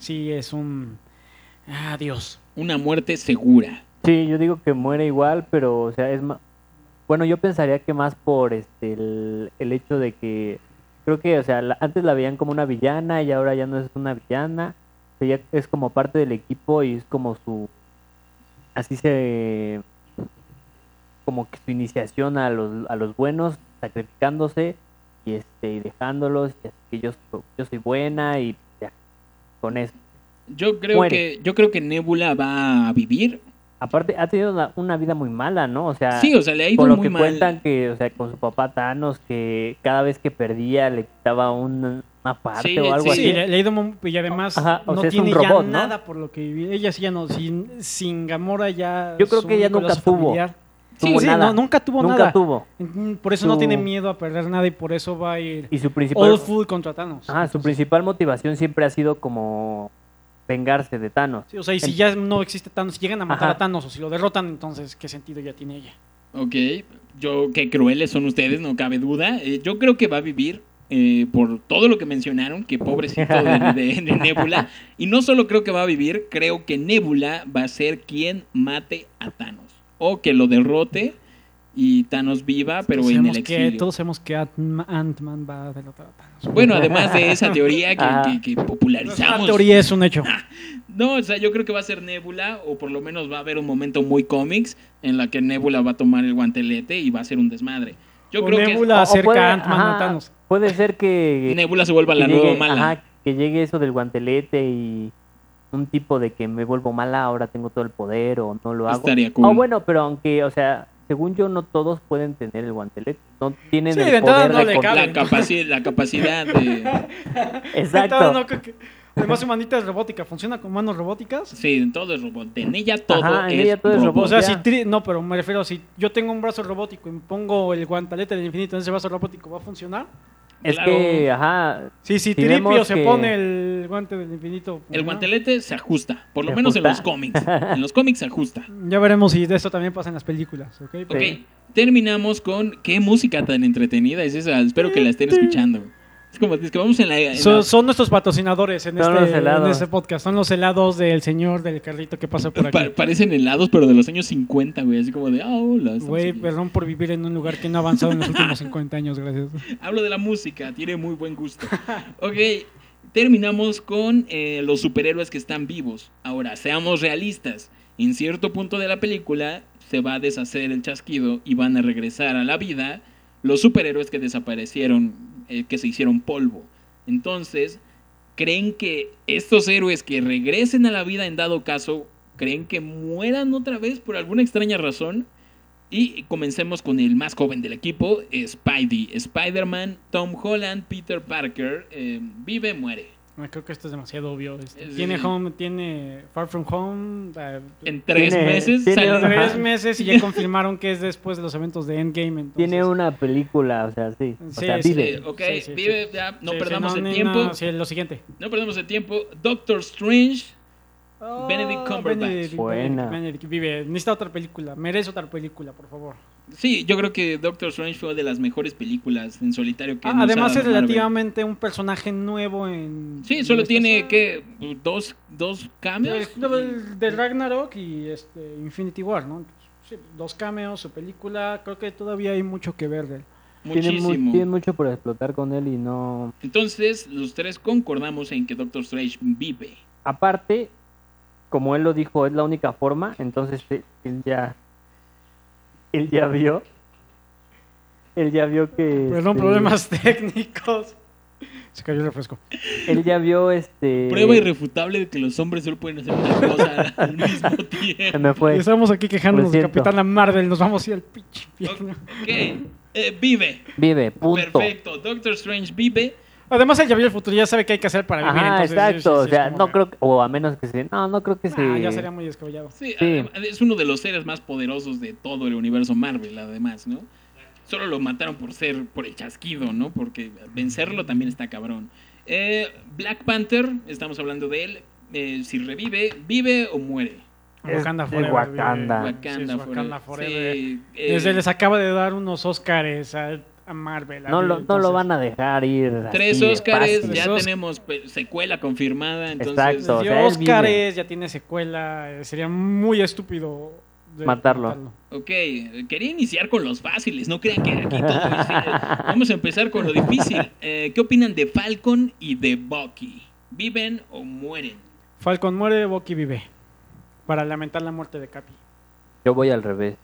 sí es un ah, adiós. Una muerte segura. Sí, yo digo que muere igual, pero o sea, es más... Bueno, yo pensaría que más por este el, el hecho de que creo que, o sea, la- antes la veían como una villana y ahora ya no es una villana. O sea, ya es como parte del equipo y es como su así se como que su iniciación a los a los buenos sacrificándose y este y dejándolos y así que yo, so- yo soy buena y ya con eso. Yo creo Muere. que yo creo que Nebula va a vivir. Aparte ha tenido una, una vida muy mala, ¿no? O sea, Sí, o sea, le ha ido Por lo muy que mal. cuentan que, o sea, con su papá Thanos, que cada vez que perdía le quitaba un- una parte Sí, o algo Sí, sí, así. le, le ha ido muy- y además Ajá, o no sea, es un tiene robot, ya ¿no? nada por lo que vivir. Ella sí ya no, sin, sin Gamora ya. Yo creo su que ella único nunca lazo tuvo. Sí, Tuvo sí, nada. no, nunca tuvo Nunca nada. tuvo. Mm, Por eso no Su- tiene miedo a perder nada y por eso va a ir Y su all principal, full contra Thanos. ajá, Ah, su principal motivación siempre ha sido como vengarse de Thanos. Sí, o sea, y si ya no existe Thanos, si llegan a matar Ajá. a Thanos o si lo derrotan, entonces, ¿qué sentido ya tiene ella? Ok, yo qué crueles son ustedes, no cabe duda. Eh, yo creo que va a vivir eh, por todo lo que mencionaron, que pobrecito de, de- de Nebula. Y no solo creo que va a vivir, creo que Nebula va a ser quien mate a Thanos. O que lo derrote y Thanos viva, pero Todos en el sabemos que, exilio. Todos sabemos que Ant- Ant-Man va a derrotar a Thanos. Bueno, además de esa teoría que, Ah. que- que No es una popularizamos. teoría, es un hecho. No, o sea, yo creo que va a ser Nebula, o por lo menos va a haber un momento muy cómics en la que Nebula va a tomar el guantelete y va a ser un desmadre. Yo O creo que Nebula O- o puede- acerca a Ant-Man a ajá, Thanos. Puede ser que, Nebula se vuelva que la nueva llegue, mala. eh, ajá, que llegue eso del guantelete y un tipo de que me vuelvo mala, ahora tengo todo el poder o no lo hago. Estaría cool. Oh, bueno, pero aunque, o sea, según yo, no todos pueden tener el guantelete. No tienen Sí, el de entrada poder no de le con- cabe. la, capaci- la capacidad de... Exacto. Entonces, no creo que- Además, su manita es robótica. ¿Funciona con manos robóticas? Sí, en todo es robot. En ella todo, Ajá, en es, ella todo es robot. O sea, Ya. si tri- no, pero me refiero, si yo tengo un brazo robótico y me pongo el guantelete del infinito en ese brazo robótico, ¿va a funcionar? Es claro. que, ajá, Sí, sí, Si vemos Tripio se que- pone el guante del infinito. El ¿no? guantelete se ajusta, por lo Se menos en los ajusta. cómics. En los cómics se ajusta. Ya veremos si de eso también pasa en las películas, ¿ok? Ok, Sí. terminamos con... ¿Qué música tan entretenida es esa? Espero que la estén escuchando. Es como, es que vamos en la... en Son, la- son nuestros patrocinadores en, Son los este, en helados. este podcast. Son los helados del señor del carrito que pasa por pa- aquí. parecen helados, pero de los años 50, güey. Así como de... Ah, hola, estamos Güey, aquí". perdón por vivir en un lugar que no ha avanzado en los últimos 50 años, gracias. Hablo de la música, tiene muy buen gusto. Ok, terminamos con eh, los superhéroes que están vivos. Ahora, seamos realistas. En cierto punto de la película se va a deshacer el chasquido y van a regresar a la vida los superhéroes que desaparecieron, eh, que se hicieron polvo. Entonces, ¿creen que estos héroes que regresen a la vida en dado caso, creen que mueran otra vez por alguna extraña razón? Y comencemos con el más joven del equipo, Spidey. Spider-Man, Tom Holland, Peter Parker, eh, vive, muere. Ay, Creo que esto es demasiado obvio. este. Eh, sí. Tiene Home, tiene Far From Home. eh, En tres Tiene- meses tiene sale- una- tres meses y ya confirmaron que es después de los eventos de Endgame. entonces- tiene una película, o sea, sí. O Sí, sea, sí. Eh, vive. ok, Sí, sí, vive, sí. ya, no Sí, sí, perdamos el ni- tiempo. no, sí, lo siguiente. No perdamos el tiempo. Doctor Strange, Oh, Benedict Cumberbatch. Oh, Benedict- Buena. Benedict- vive. Necesita otra película. Merece otra película, por favor. Sí, yo creo que Doctor Strange fue de las mejores películas en solitario que Ah, nos ha además dado es Marvel. relativamente un personaje nuevo en... Sí, solo en tiene esta- que dos, dos cameos. El, el de Ragnarok y este, Infinity War, ¿no? Sí, dos cameos, su película. Creo que todavía hay mucho que ver de él. Tiene, mu- Muchísimo. tiene mucho por explotar con él y no... Entonces, los tres concordamos en que Doctor Strange vive. Aparte, como él lo dijo, es la única forma, entonces eh, él ya... Él ya vio... Él ya vio que... Perdón, este, problemas técnicos. Se cayó el refresco. Él ya vio este. Prueba irrefutable de que los hombres solo pueden hacer una cosa al mismo Se tiempo. me fue. Estamos aquí quejándonos de Pues, Lo siento. Capitana Marvel. Nos vamos a ir al pinche infierno. Ok, eh, vive. Vive, punto. Perfecto, Doctor Strange vive. Además, él ya vio el futuro, ya sabe qué hay que hacer para vivir. Ajá, entonces, sí, exacto. sí, sí, o es sea, como no de- creo que, o a menos que se, no, no creo que se. Ah, ya sería muy descabellado. Sí, Sí. adem- es uno de los seres más poderosos de todo el universo Marvel, además, ¿no? Solo lo mataron por ser, por el chasquido, ¿no? Porque vencerlo también está cabrón. Eh, Black Panther, estamos hablando de él. Eh, si revive, vive o muere. Es Wakanda de Forever. Wakanda. Ah, güey. Sí, Wakanda, es Wakanda Forever. Forever. Sí, eh, Desde les acaba de dar unos Óscares a, a Marvel. no, lo, no lo van a dejar ir. tres así de Óscares, fácil. ya Tres Ósc- tenemos pe- secuela confirmada. Entonces, Exacto. a o sea, Dio él vive. Óscares, ya tiene secuela. eh, Sería muy estúpido de- Matarlo. Ok, quería iniciar con los fáciles, no crean que aquí todo es... eh, Vamos a empezar con lo difícil. Eh, ¿Qué opinan de Falcon y de Bucky? ¿Viven o mueren? Falcon muere, Bucky vive. Para lamentar la muerte de Capi. Yo voy al revés.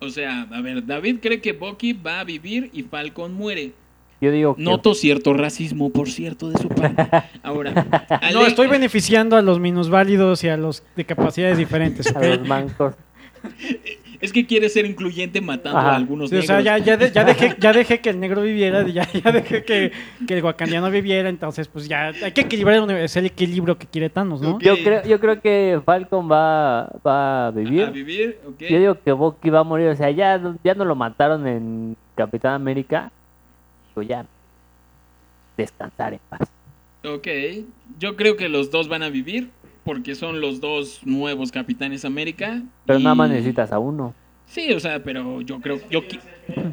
O sea, a ver, David cree que Bucky va a vivir y Falcon muere. Yo digo que. Noto cierto racismo, por cierto, de su parte. Ahora, No, Ale- estoy beneficiando a los minusválidos y a los de capacidades diferentes. a ¿ok? los mancos. es que quiere ser incluyente matando Ajá. a algunos Sí, o sea, negros. ya, ya, de- ya dejé, ya dejé que el negro viviera, ya, ya dejé que, que el wakandiano viviera, entonces pues ya hay que equilibrar el, universo, es el equilibrio que quiere Thanos, ¿no? Yo creo, yo creo que Falcon va, va a vivir. A vivir, ok. Yo digo que Bucky va a morir. O sea, ya, ya no lo mataron en Capitán América. Pues ya. Descansar en paz. Ok, yo creo que los dos van a vivir porque son los dos nuevos Capitanes América. Pero y- nada más necesitas a uno. Sí, o sea, pero yo creo, yo, qui-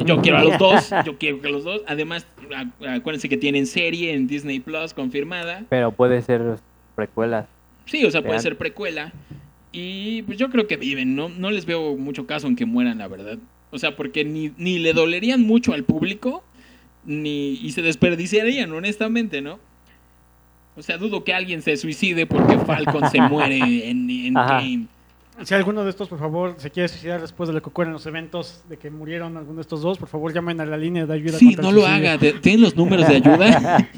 yo quiero a los dos, yo quiero que los dos. Además, acu- acuérdense que tienen serie en Disney Plus confirmada. Pero puede ser precuelas. Sí, o sea, puede Vean. ser precuela. Y pues yo creo que viven, ¿no? No les veo mucho caso en que mueran, la verdad. O sea, porque ni, ni le dolerían mucho al público, ni, y se desperdiciarían, honestamente, ¿no? O sea, dudo que alguien se suicide porque Falcon se muere en, en Ajá. Game. Si alguno de estos, por favor, se quiere suicidar después de lo que ocurre en los eventos de que murieron alguno de estos dos, por favor llamen a la línea de ayuda. Sí, contra el no lo suicidio. haga. Te- ¿Tienen los números de ayuda?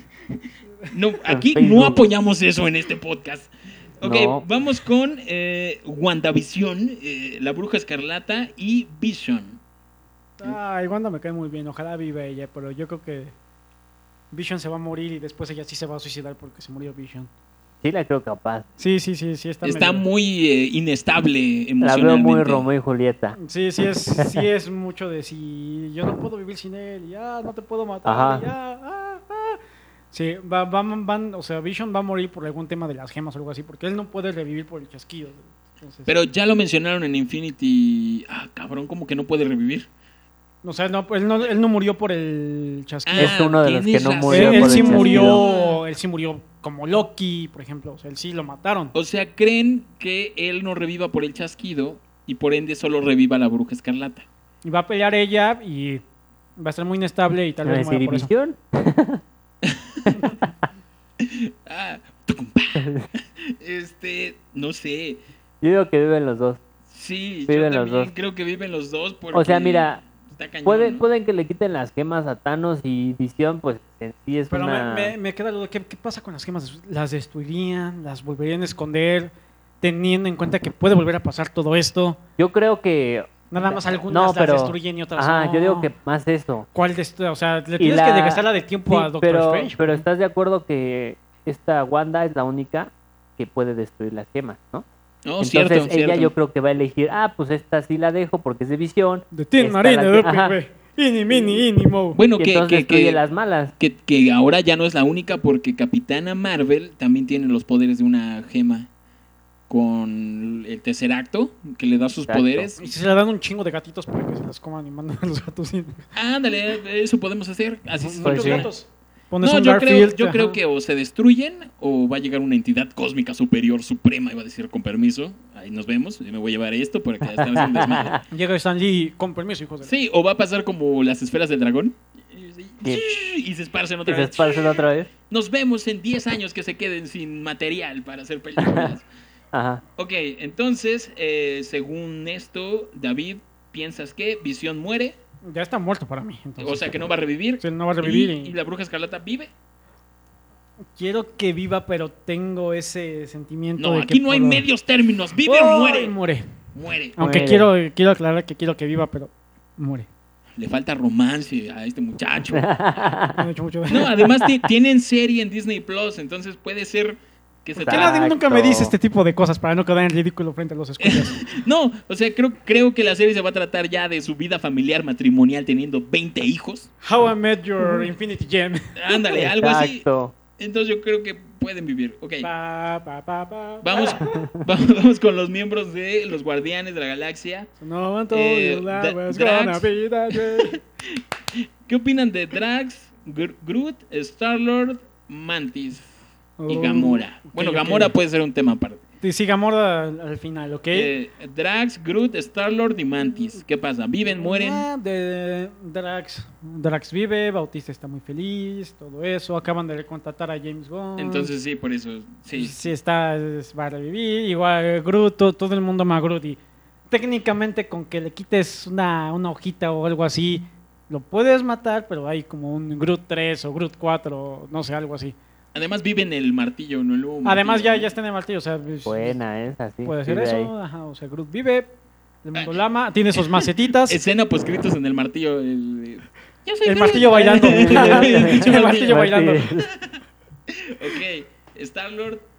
No, aquí no Facebook. apoyamos eso en este podcast. Ok, No. vamos con eh, WandaVision, eh, La Bruja Escarlata y Vision. Ay, Wanda me cae muy bien, ojalá viva ella, pero yo creo que Vision se va a morir y después ella sí se va a suicidar porque se murió Vision. Sí, la creo capaz. Sí, sí, sí, sí, está, Está medio- muy eh, inestable La veo emocionalmente. muy Romeo y Julieta. Sí, sí es, sí es mucho de si yo no puedo vivir sin él, ya no te puedo matar, Ajá. ya. ah, ah. Sí, va- van, van, o sea, Vision va a morir por algún tema de las gemas o algo así, porque él no puede revivir por el chasquido. Entonces, Pero ya lo mencionaron en Infinity. Ah, cabrón, como que no puede revivir. o sea, no, pues, él, no, él no murió por el chasquido. Es Ah, uno de los tienes que no razón. él murió. él por sí el chasquido. murió, él sí murió como Loki, por ejemplo, o sea, él sí lo mataron. O sea, creen que él no reviva por el chasquido y por ende solo reviva la Bruja Escarlata. Y va a pelear ella y va a estar muy inestable y tal ¿No vez es muera por eso. Irivisión? Ah, tucumpa. este, no sé. Yo digo que viven los dos. Sí, Viven yo los también dos. creo que viven los dos porque O sea, mira, está cañón, pueden, ¿no? pueden que le quiten las gemas a Thanos y Visión, pues en sí es Pero una... me, me- me queda la duda, ¿qué, qué pasa con las gemas? ¿Las destruirían? ¿Las volverían a esconder? Teniendo en cuenta que puede volver a pasar todo esto. Yo creo que... Nada más algunas No, pero- las destruyen y otras Ajá, no. yo digo que más eso. ¿Cuál destru- O sea, le tienes la- que gastarla de tiempo a Sí, Doctor pero, Strange. pero estás de acuerdo que esta Wanda es la única que puede destruir las gemas, ¿no? No, Entonces cierto, ella cierto. yo creo que va a elegir, ah, pues esta sí la dejo porque es de Visión. De Tin Tin Marín, Marine, de Ajá. Dupe, Ini, mini, ini, mo. Bueno, y que, entonces que, destruye que- las malas. que- que ahora ya no es la única porque Capitana Marvel también tiene los poderes de una gema con el tercer acto que le da sus Exacto. poderes. Y si se le dan un chingo de gatitos para que se las coman y mandan a los gatos. y- Ándale, eso podemos hacer. Así se Pues Muchos sí. soluciona. gatos. Pones No, un yo creo, Garfield, yo creo ajá. que o se destruyen o va a llegar una entidad cósmica superior, suprema, iba a decir con permiso. Ahí nos vemos. Yo me voy a llevar esto porque ya están haciendo desmadre. Llega Stan Lee con permiso, hijos de... Sí, o va a pasar como las esferas del dragón. Sí. Y se esparcen Que otra se vez. esparcen otra vez. Nos vemos en 10 años que se queden sin material para hacer películas. Ajá. ok, entonces, eh, según esto, David, ¿piensas que Visión muere? Ya está muerto para mí. entonces. O sea, que no va a revivir. Sí, no va a revivir. ¿Y, y la bruja escarlata vive? quiero que viva, pero tengo ese sentimiento. No, de aquí que no hay puedo- medios términos. Vive ¡Ay, o muere. Muere. Muere. Aunque Muere. quiero, quiero aclarar que quiero que viva, pero muere. Le falta romance a este muchacho. No, de hecho, mucho- No, además ti- tienen serie en Disney Plus, entonces puede ser que se Que Exacto. tarde. nadie nunca me dice este tipo de cosas para no quedar en ridículo frente a los escuchas. No, o sea, creo, creo que la serie se va a tratar ya de su vida familiar matrimonial teniendo 20 hijos. How I Met Your Infinity Gem. Ándale, algo así. Exacto. Entonces yo creo que pueden vivir. Ok. Pa, pa, pa, pa. Vamos, vamos, vamos con los miembros de los Guardianes de la Galaxia. No one Eh, told you that Dra- was Drax. gonna be that way. ¿Qué opinan de Drax, Gr- Groot, Star-Lord, Mantis y Oh, Gamora? ok, Bueno, ok. Gamora puede ser un tema aparte. Sí, sí, Gamora al, al final, ¿ok? Eh, Drax, Groot, Star-Lord y Mantis. ¿Qué pasa? ¿Viven, mueren? Ah, de Drax. Drax vive, Bautista está muy feliz, todo eso. Acaban de contratar a James Gunn. Entonces sí, por eso. Sí. si está, es- va a revivir. Igual eh, Groot, to- todo el mundo ama a Groot. Y técnicamente con que le quites una, una hojita o algo así, lo puedes matar, pero hay como un Groot 3 o Groot 4, o no sé, algo así. Además viven el martillo, ¿no? El nuevo Además martillo, ya, ¿no? ya está en el martillo, o sea, pues, Buena esa, sí. puede sí, ser de ahí. eso. Ajá, o sea, Groot vive, el mundo lo ama, tiene sus macetitas. Escena poscritos en el martillo. El, Yo soy El Groot. martillo bailando. El pinche El martillo. martillo bailando. Ok, Star-Lord.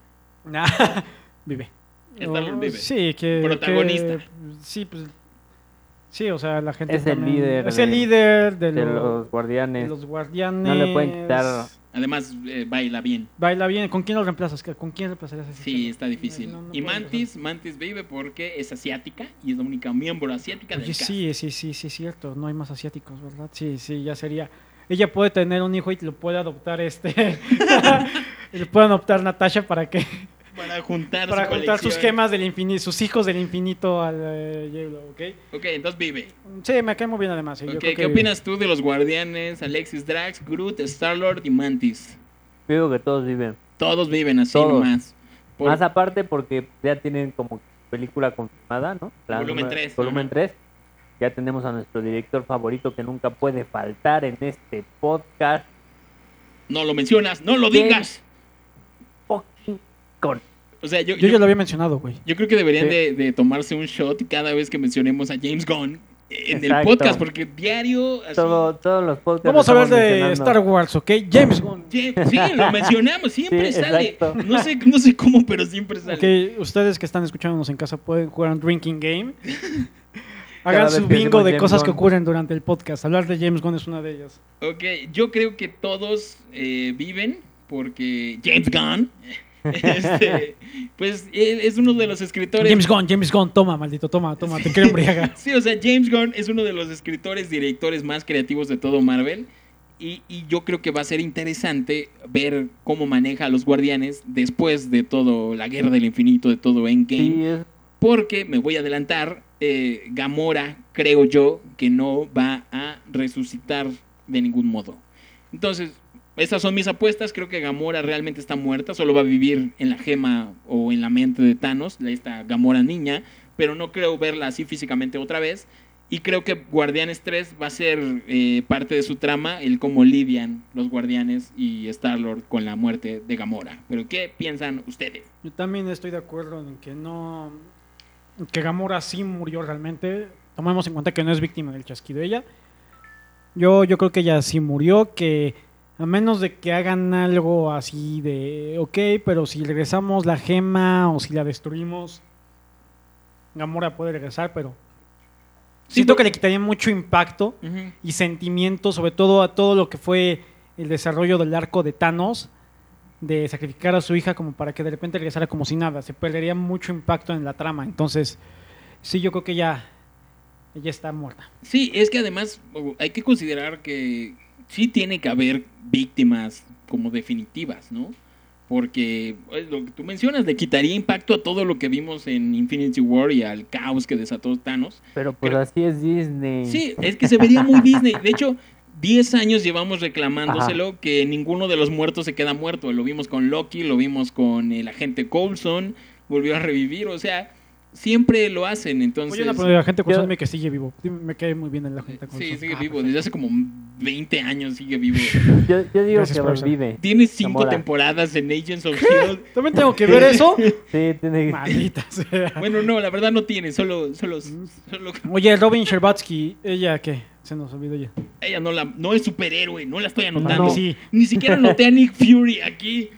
Nah, vive. Star-Lord No, vive. Oh, Sí, que. Protagonista. que- sí, pues. Sí, o sea, la gente. Es el también- líder Es de- el líder de, De los, los de guardianes. los guardianes. No le pueden quitar- Además eh, baila bien. Baila bien. ¿Con quién lo reemplazas? ¿Con quién reemplazarías a ese Sí, chavo? está difícil. No, no y puedes, Mantis, Mantis vive porque es asiática y es la única miembro asiática del Oye, cast. sí, sí, sí, sí, es cierto. No hay más asiáticos, ¿verdad? Sí, sí, ya sería. Ella puede tener un hijo y lo puede adoptar este. y lo puede adoptar Natasha para que. Para juntar para su contar sus colección. gemas del infinito, sus hijos del infinito al eh, J-Lo, ¿ok? Ok, entonces vive. Sí, me cae muy bien además. sí, yo Ok, creo ¿Qué opinas tú de los guardianes? Alexis Drax, Groot, Star-Lord y Mantis. Digo que todos viven. Todos viven así Todos. nomás. Por- Más aparte porque ya tienen como película confirmada, ¿no? Volumen número- tres, Volumen ajá. 3. Ya tenemos a nuestro director favorito que nunca puede faltar en este podcast. No lo mencionas, no lo ¿Qué? digas. Fucking con. O sea, yo, Yo yo- ya lo había mencionado, güey. yo creo que deberían Sí. de, de tomarse un shot cada vez que mencionemos a James Gunn en el Exacto. podcast, porque diario... así- Todo, todos los podcasts. Vamos a lo hablar estamos de mencionando. Star Wars, ¿ok? James Gunn. Sí, sí, lo mencionamos, siempre Sí, sale. exacto. No sé, no sé cómo, pero siempre sale. Ok, ustedes que están escuchándonos en casa pueden jugar un drinking game. Cada Hagan vez su que bingo decimos de James cosas que Gunn. ocurren durante el podcast. Hablar de James Gunn es una de ellas. Ok, yo creo que todos eh, viven porque James Gunn, este, pues e- es uno de los escritores. James Gunn, James Gunn, toma, maldito, toma, toma, te quiero embriagar. Sí, o sea, James Gunn es uno de los escritores, directores más creativos de todo Marvel. Y, y yo creo que va a ser interesante ver cómo maneja a los guardianes después de todo la guerra del infinito, de todo Endgame. Sí, es- Porque me voy a adelantar, eh, Gamora creo yo que no va a resucitar de ningún modo. Entonces, esas son mis apuestas. Creo que Gamora realmente está muerta, solo va a vivir en la gema o en la mente de Thanos, la- esta Gamora niña, pero no creo verla así físicamente otra vez. Y creo que Guardianes 3 va a ser eh, parte de su trama, el cómo lidian los Guardianes y Star-Lord con la muerte de Gamora. Pero ¿qué piensan ustedes? Yo también estoy de acuerdo en que no. Que Gamora sí murió realmente. Tomemos en cuenta que no es víctima del chasquido ella. Yo, yo creo que ella sí murió. Que a menos de que hagan algo así de. Ok, pero si regresamos la gema o si la destruimos. Gamora puede regresar, pero. Sí, Siento pero- que le quitaría mucho impacto y sentimiento, sobre todo a todo lo que fue el desarrollo del arco de Thanos, de sacrificar a su hija como para que de repente regresara como si nada. Se perdería mucho impacto en la trama. Entonces, sí, yo creo que ya ella está muerta. Sí, es que además o- hay que considerar que sí tiene que haber víctimas como definitivas, ¿no? Porque pues, lo que tú mencionas le quitaría impacto a todo lo que vimos en Infinity War y al caos que desató Thanos. pero pues Creo- así es Disney. Sí, es que se vería muy Disney. De hecho, 10 años llevamos reclamándoselo que ninguno de los muertos se queda muerto. Lo vimos con Loki, lo vimos con el agente Coulson, volvió a revivir. O sea, siempre lo hacen, entonces... Oye, una pregunta, la gente con Yo- zombie que sigue vivo. Sí, me cae muy bien en la gente con Sí, zombie. sigue Ah, vivo, perfecto. desde hace como 20 años sigue vivo. Yo, yo digo Gracias que por eso. vive. Tiene cinco Zamora. temporadas en Agents of S.H.I.E.L.D. También tengo que ver eso. Sí, tiene Maldita sea. Bueno, no, la verdad no tiene, solo, solo, Mm. solo Oye, Robin Sherbatsky, ¿ella qué? Se nos olvidó ya. ella no la, no es superhéroe, no la estoy anotando. No. Sí. Ni siquiera noté a Nick Fury aquí.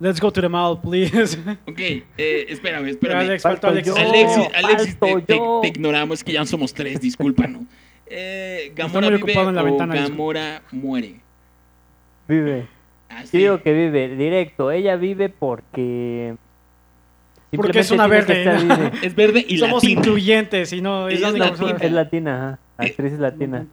Let's go to the mall, please. Ok, eh, espérame, espérame. Alex, faltó Alex. Falto yo. Alexis, Alexis, te, falto te- yo. te ignoramos que ya somos tres, discúlpanos. Eh, Gamora muy vive ocupado en la o ventana, Gamora muere. vive. Así. Yo digo que vive directo. Ella vive porque. Porque es simplemente una tiene que verde. estar vive. Es verde y Somos latina. incluyentes y no es Ella la es única latina. persona. Es latina, ajá. Actriz latina.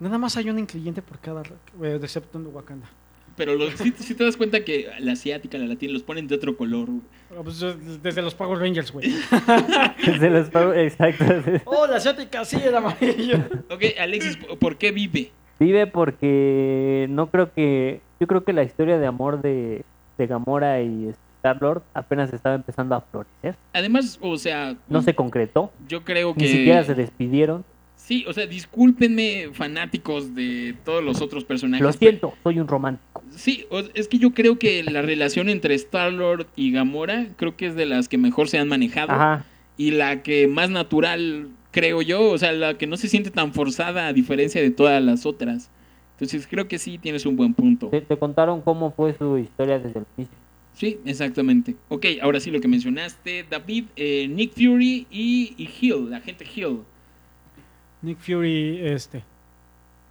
Nada más hay un incluyente por cada eh, exceptuando Wakanda. Pero los- si, si te das cuenta que la asiática, la latina, los ponen de otro color. güey. Ah, pues, eh, Desde los Power Rangers, güey. Se los pago- Exacto. Oh, la asiática sí era amarilla. Ok, Alexis, ¿por qué vive? Vive porque no creo que. Yo creo que la historia de amor de, de Gamora y Star Lord apenas estaba empezando a florecer. Además, o sea, No se concretó. yo creo que... Ni siquiera se despidieron. Sí, o sea, discúlpenme fanáticos de todos los otros personajes. Lo siento, soy un romántico. Sí, o- es que yo creo que la relación entre Star-Lord y Gamora creo que es de las que mejor se han manejado Ajá. y la que más natural, creo yo, o sea, la que no se siente tan forzada a diferencia de todas las otras. Entonces creo que sí tienes un buen punto. Te, te contaron cómo fue su historia desde el inicio. Sí, exactamente. Ok, ahora sí lo que mencionaste, David, eh, Nick Fury y, y Hill, la gente Hill. Nick Fury, este.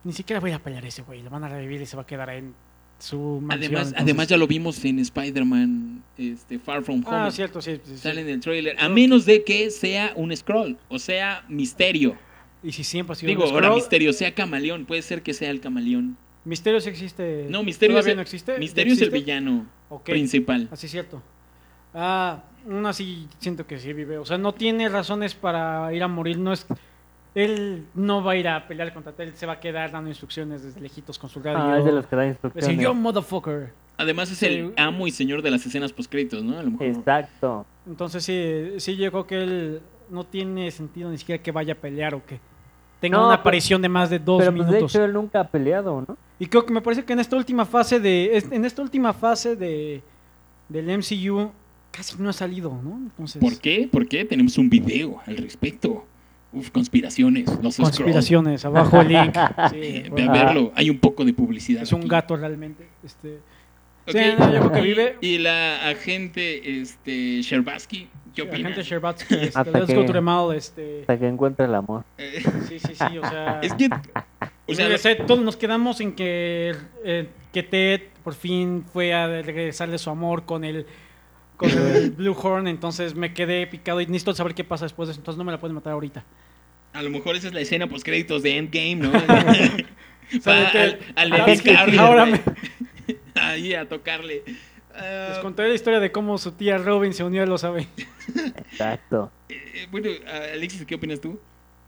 Ni siquiera voy a pelear ese güey. Lo van a revivir y se va a quedar en su mansión. Además, entonces- además ya lo vimos en Spider-Man este, Far From Home. Ah, cierto, sí. sí, sí. Sale en el trailer, a menos de que sea un scroll, o sea, misterio. Y si siempre ha sido Digo, un ahora Skrull, Misterio sea camaleón, puede ser que sea el camaleón. Misterio sí existe. No, Misterio, ¿Todavía es, no existe. Misterio Eh, ¿Ya es el existe? villano Ok, principal. Así es cierto. Ah, aún así siento que sí vive. O sea, no tiene razones para ir a morir. No es. Él no va a ir a pelear contra él, se va a quedar dando instrucciones desde lejitos con su radio. Ah, es de los que dan Es decir, yo, instrucciones. motherfucker. Además es Sí. el amo y señor de las escenas postcritos, ¿no? A lo mejor. Exacto. Entonces sí, sí yo creo que él no tiene sentido ni siquiera que vaya a pelear o que tenga No, una pero- aparición de más de dos Pero pues de minutos. hecho él nunca ha peleado, ¿no? Y creo que me parece que en esta última fase de es- en esta última fase de del MCU casi no ha salido, ¿no? Entonces ¿Por qué? ¿Por qué? Tenemos un video al respecto. Uf, conspiraciones, los Skrulls. conspiraciones abajo el link. Sí, Eh, Ve bueno, a verlo, hay un poco de publicidad. es un aquí. gato realmente. Este, Ok. sí, no, yo creo que vive. Y la agente este, Sherbatsky, ¿qué La opina? gente Sherbatsky, este, Hasta let's go que- to the mall, este, Hasta que encuentra el amor. Eh, sí, sí, sí, o sea, es que... O sea, Yo sé, todos nos quedamos en que, eh, que Ted por fin fue a regresarle su amor con el, con el Blue Horn, entonces me quedé picado y necesito saber qué pasa después de eso, entonces no me la pueden matar ahorita. A lo mejor esa es la escena post créditos de Endgame, ¿no? Sale Va Ted, al, al "Ahora Agente me- Harry Ah, ahora me- ahí a tocarle. Ah, Les contaré la historia de cómo su tía Robin se unió a los Avengers. Exacto. eh, bueno, ah, Alexis, ¿qué opinas tú?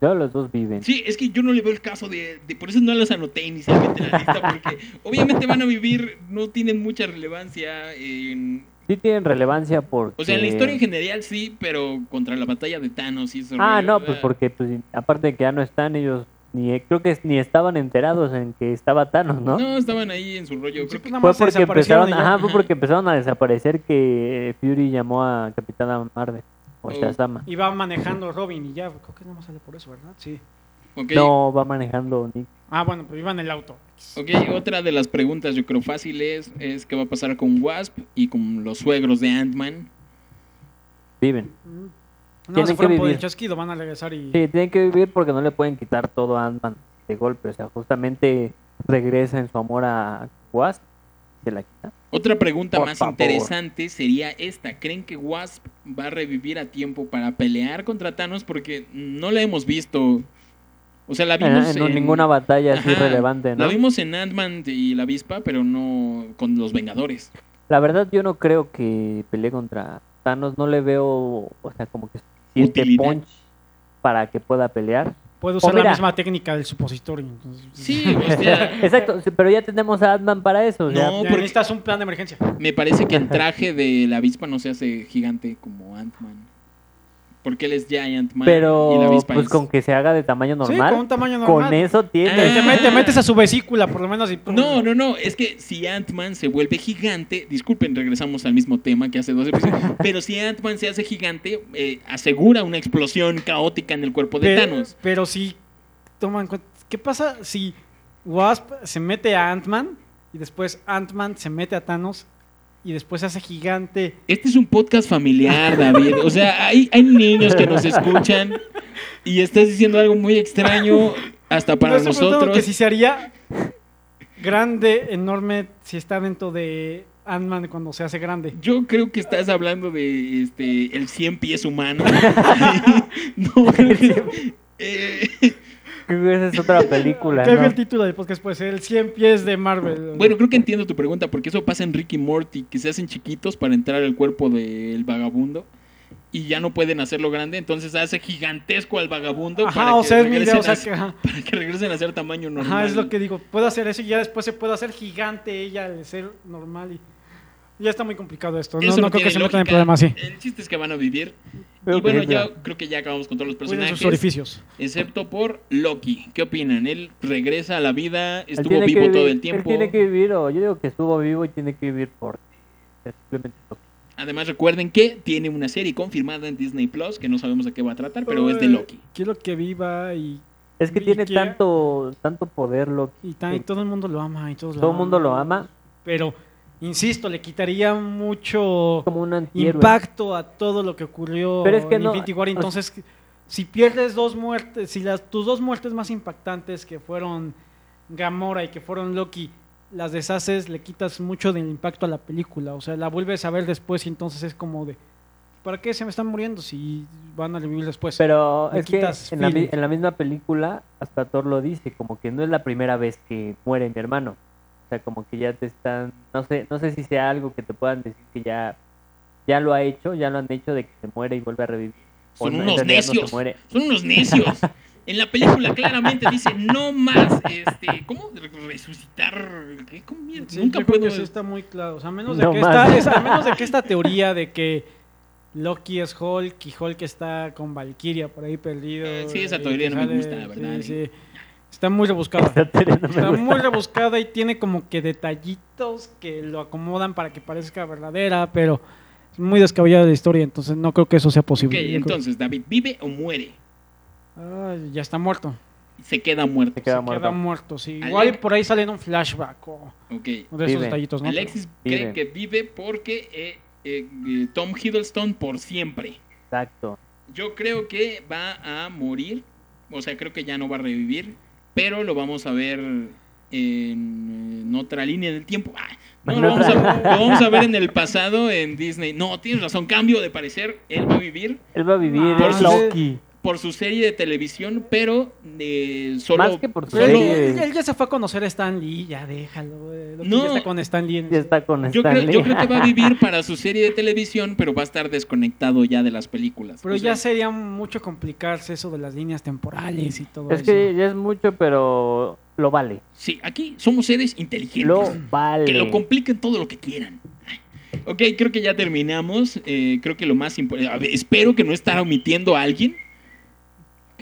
Yo los dos viven. Sí, es que yo no le veo el caso de, de- por eso no las anoté inicialmente en la lista porque obviamente van a vivir, no tienen mucha relevancia en, Sí tienen relevancia porque... o sea, en la historia en general sí, pero contra la batalla de Thanos y eso. Ah, no, pues porque pues, aparte de que ya no están ellos, ni creo que ni estaban enterados en que estaba Thanos, ¿no? ¿no? estaban ahí en su rollo. Creo que- pues nada fue más se porque desaparecieron empezaron, y ya. ajá, fue porque empezaron a desaparecer que eh, Fury llamó a Capitana Marvel o Oh. Shazam. Y va manejando Robin y ya, creo que nada más sale por eso, ¿verdad? Sí. ok, No va manejando Nick. Ah, bueno, pues iba en el auto. ok, otra de las preguntas yo creo fáciles es qué va a pasar con Wasp y con los suegros de Ant-Man. Viven. Mm. No, Tienen se que fueron por el vivir. chasquido, van a regresar y... Sí, tienen que vivir porque no le pueden quitar todo a Ant-Man de golpe. O sea, justamente regresa en su amor a Wasp. Se la quita. Otra pregunta Por más favor. interesante sería esta. ¿Creen que Wasp va a revivir a tiempo para pelear contra Thanos? Porque no la hemos visto. O sea, la vimos Eh, no, ninguna batalla así Ajá, relevante, ¿no? La vimos en Ant-Man y la avispa, pero no con los Vengadores. La verdad yo no creo que pelee contra Thanos, no le veo, o sea, como que siente Utilidad. punch para que pueda pelear. Puedo usar la mira. misma técnica del supositorio. entonces- pues, Sí, o sea, Exacto, sí, pero ya tenemos a Ant-Man para eso, o sea, No, Ya porque- necesitas un plan de emergencia. me parece que el traje de la avispa no se hace gigante como Ant-Man. Porque él es Giant Man y la Pero avispa pues es- con que se haga de tamaño Sí, normal, con un tamaño con, normal. eso Te, Ah. tiene. met- te metes a su vesícula, por lo menos. Y, No, no, no, es que si Ant-Man se vuelve gigante, disculpen, regresamos al mismo tema que hace dos episodios, pero si Ant-Man se hace gigante, eh, asegura una explosión caótica en el cuerpo de Pe- Thanos. Pero si toma en cuenta, ¿qué pasa si Wasp se mete a Ant-Man y después Ant-Man se mete a Thanos y después se hace gigante? Este es un podcast familiar, David. O sea, hay, hay niños que nos escuchan y estás diciendo algo muy extraño hasta para Pero estoy preguntando nosotros. que si se haría grande, enorme, si está dentro de Ant-Man cuando se hace grande. Yo creo que estás hablando de este el 100 pies humano. no, creo que- eh, Esa es otra película. Creo que ¿no? el título del podcast puede ser El 100 pies de Marvel. bueno, creo que entiendo tu pregunta, porque eso pasa en Ricky Morty, que se hacen chiquitos para entrar al cuerpo del vagabundo y ya no pueden hacerlo grande, entonces hace gigantesco al vagabundo para, Ajá, o que sea, es mi idea, regresen o sea, a, que, ajá. para que regresen a ser tamaño normal. Ajá, es lo que digo. Puedo hacer eso y ya después se puede hacer gigante ella al ser normal. Y ya está muy complicado esto. No, Eso no creo tiene que se metan en lógica. problemas así. El chiste es que van a vivir. Creo y bueno, que- ya creo que ya acabamos con todos los Cuiden sus personajes. orificios. Excepto por Loki. ¿Qué opinan? Él regresa a la vida, él estuvo tiene que vivo vivir- todo el Él tiempo. tiene que vivir, o yo digo que estuvo vivo y tiene que vivir por es simplemente lo que- Además, recuerden que tiene una serie confirmada en Disney Plus que no sabemos a qué va a tratar, pero es de Loki. Quiero que viva y, Es que Y tiene que- tanto, tanto poder Loki. y tan- y todo el mundo lo ama. Y todos Todo el mundo lo ama Pero, insisto, le quitaría mucho como un antihéroe. impacto a todo lo que ocurrió Pero es que en no- Infinity War. o sea- Entonces, si pierdes dos muertes, si las, tus dos muertes más impactantes que fueron Gamora y que fueron Loki, las deshaces, le quitas mucho del impacto a la película. O sea, la vuelves a ver después y entonces es como de, ¿para qué se me están muriendo si van a revivir después? Pero Le es que quitas en la, mi- feeling. en la misma película hasta Thor lo dice, como que no es la primera vez que muere mi hermano. O sea, como que ya te están, no sé, no sé si sea algo que te puedan decir que ya, ya lo ha hecho, ya lo han hecho de que se muere y vuelve a revivir. O Son no, en unos realidad no se necios. muere. Son unos necios. En la película claramente dice no más, este, ¿cómo? Resucitar. ¿Qué? ¿Cómo mierda? Sí, Nunca yo creo puedo. que eso está muy claro. O sea, a menos, de No que más. esta, es- a menos de que esta teoría de que Loki es Hulk y Hulk está con Valkyria por ahí perdido. Eh, sí, esa y teoría que no me gusta, la verdad, sí, eh. sí. Está muy Esa rebuscada. teoría no me Está gusta. muy rebuscada y tiene como que detallitos que lo acomodan para que parezca verdadera, pero es muy descabellada la historia, entonces no creo que eso sea Ok, posible. Yo creo- entonces, David, ¿vive o muere? Ay, ya está muerto. Se queda muerto. Se queda Se Queda muerto. muerto, sí. Alec- Igual y por ahí sale en un flashback o Ok. de esos Vive. detallitos, ¿no? Alexis Vive. cree que vive porque eh, eh, eh, Tom Hiddleston por siempre. Exacto. Yo creo que va a morir, o sea, creo que ya no va a revivir, pero lo vamos a ver en, en otra línea del tiempo. Ah, no, lo vamos, a, lo vamos a ver en el pasado en Disney. No, tienes razón, cambio de parecer, él va a vivir Él va a vivir, Por es sus- Loki. por su serie de televisión, pero eh, solo... Más que por su Pero él, solo- serie. él- él ya se fue a conocer a Stan Lee, ya déjalo. eh, Loki No. ya está con Stan Lee. en- Ya está con Yo creo, Stanley. yo creo que va a vivir para su serie de televisión, pero va a estar desconectado ya de las películas. Pero O sea, ya sería mucho complicarse eso de las líneas temporales y todo Es eso. que ya es mucho, pero lo vale. Sí, aquí somos seres inteligentes. Lo vale. Que lo compliquen todo lo que quieran. Ay. Ok, creo que ya terminamos. Eh, creo que lo más importante. Espero que no estar omitiendo a alguien.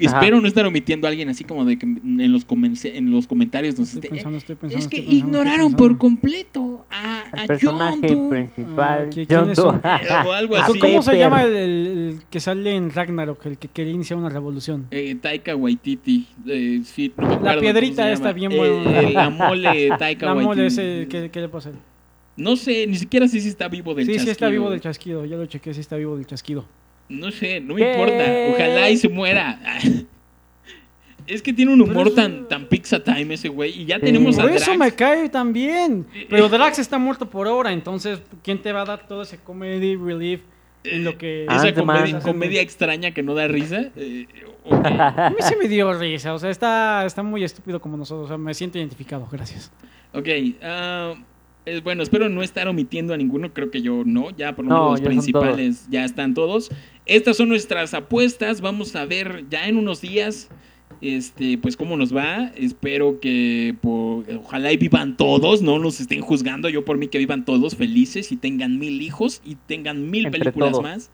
Ajá. Espero no estar omitiendo a alguien así como de que en los, comense- en los comentarios nos Estoy esté- eh, pensando, estoy pensando, Es que estoy pensando, estoy ignoraron pensando. por completo a, a John El personaje pues. Doe. principal. Ah, ¿qui- quién John es Doe. un- O algo Ah, así. ¿Cómo se Pepper. llama el, el- el que sale en Ragnarok, el que quería iniciar una revolución? Eh, Taika Waititi. eh, sí, no me acuerdo cómo piedrita se está llama. bien Eh, buena. la mole Taika La mole Waititi. ese, ¿qué, qué le pasa? Sí, No sé, ni siquiera sé si está vivo del sí está chasquido. vivo del chasquido, ya lo chequé, sí está vivo del chasquido. No sé, no me ¿Qué? importa. Ojalá y se muera. Es que tiene un humor Pero es- tan, tan pizza time ese güey. Y ya Sí. tenemos a Por eso Drax. me cae también. Eh, eh. Pero Drax está muerto por ahora, entonces, ¿quién te va a dar todo ese comedy relief? En lo que Esa Ant-Man. comedia, comedia extraña que no da risa. eh, ok. A mí sí me dio risa, o sea, está, está muy estúpido como nosotros, o sea, me siento identificado, gracias. Ok, ah, es bueno, espero no estar omitiendo a ninguno, creo que yo no, ya por lo No, menos los ya son principales ya están todos. Estas son nuestras apuestas, vamos a ver ya en unos días, este, pues cómo nos va, espero que po- ojalá y vivan todos, no nos estén juzgando, yo por mí que vivan todos felices y tengan mil hijos y tengan mil Entre películas todos. más.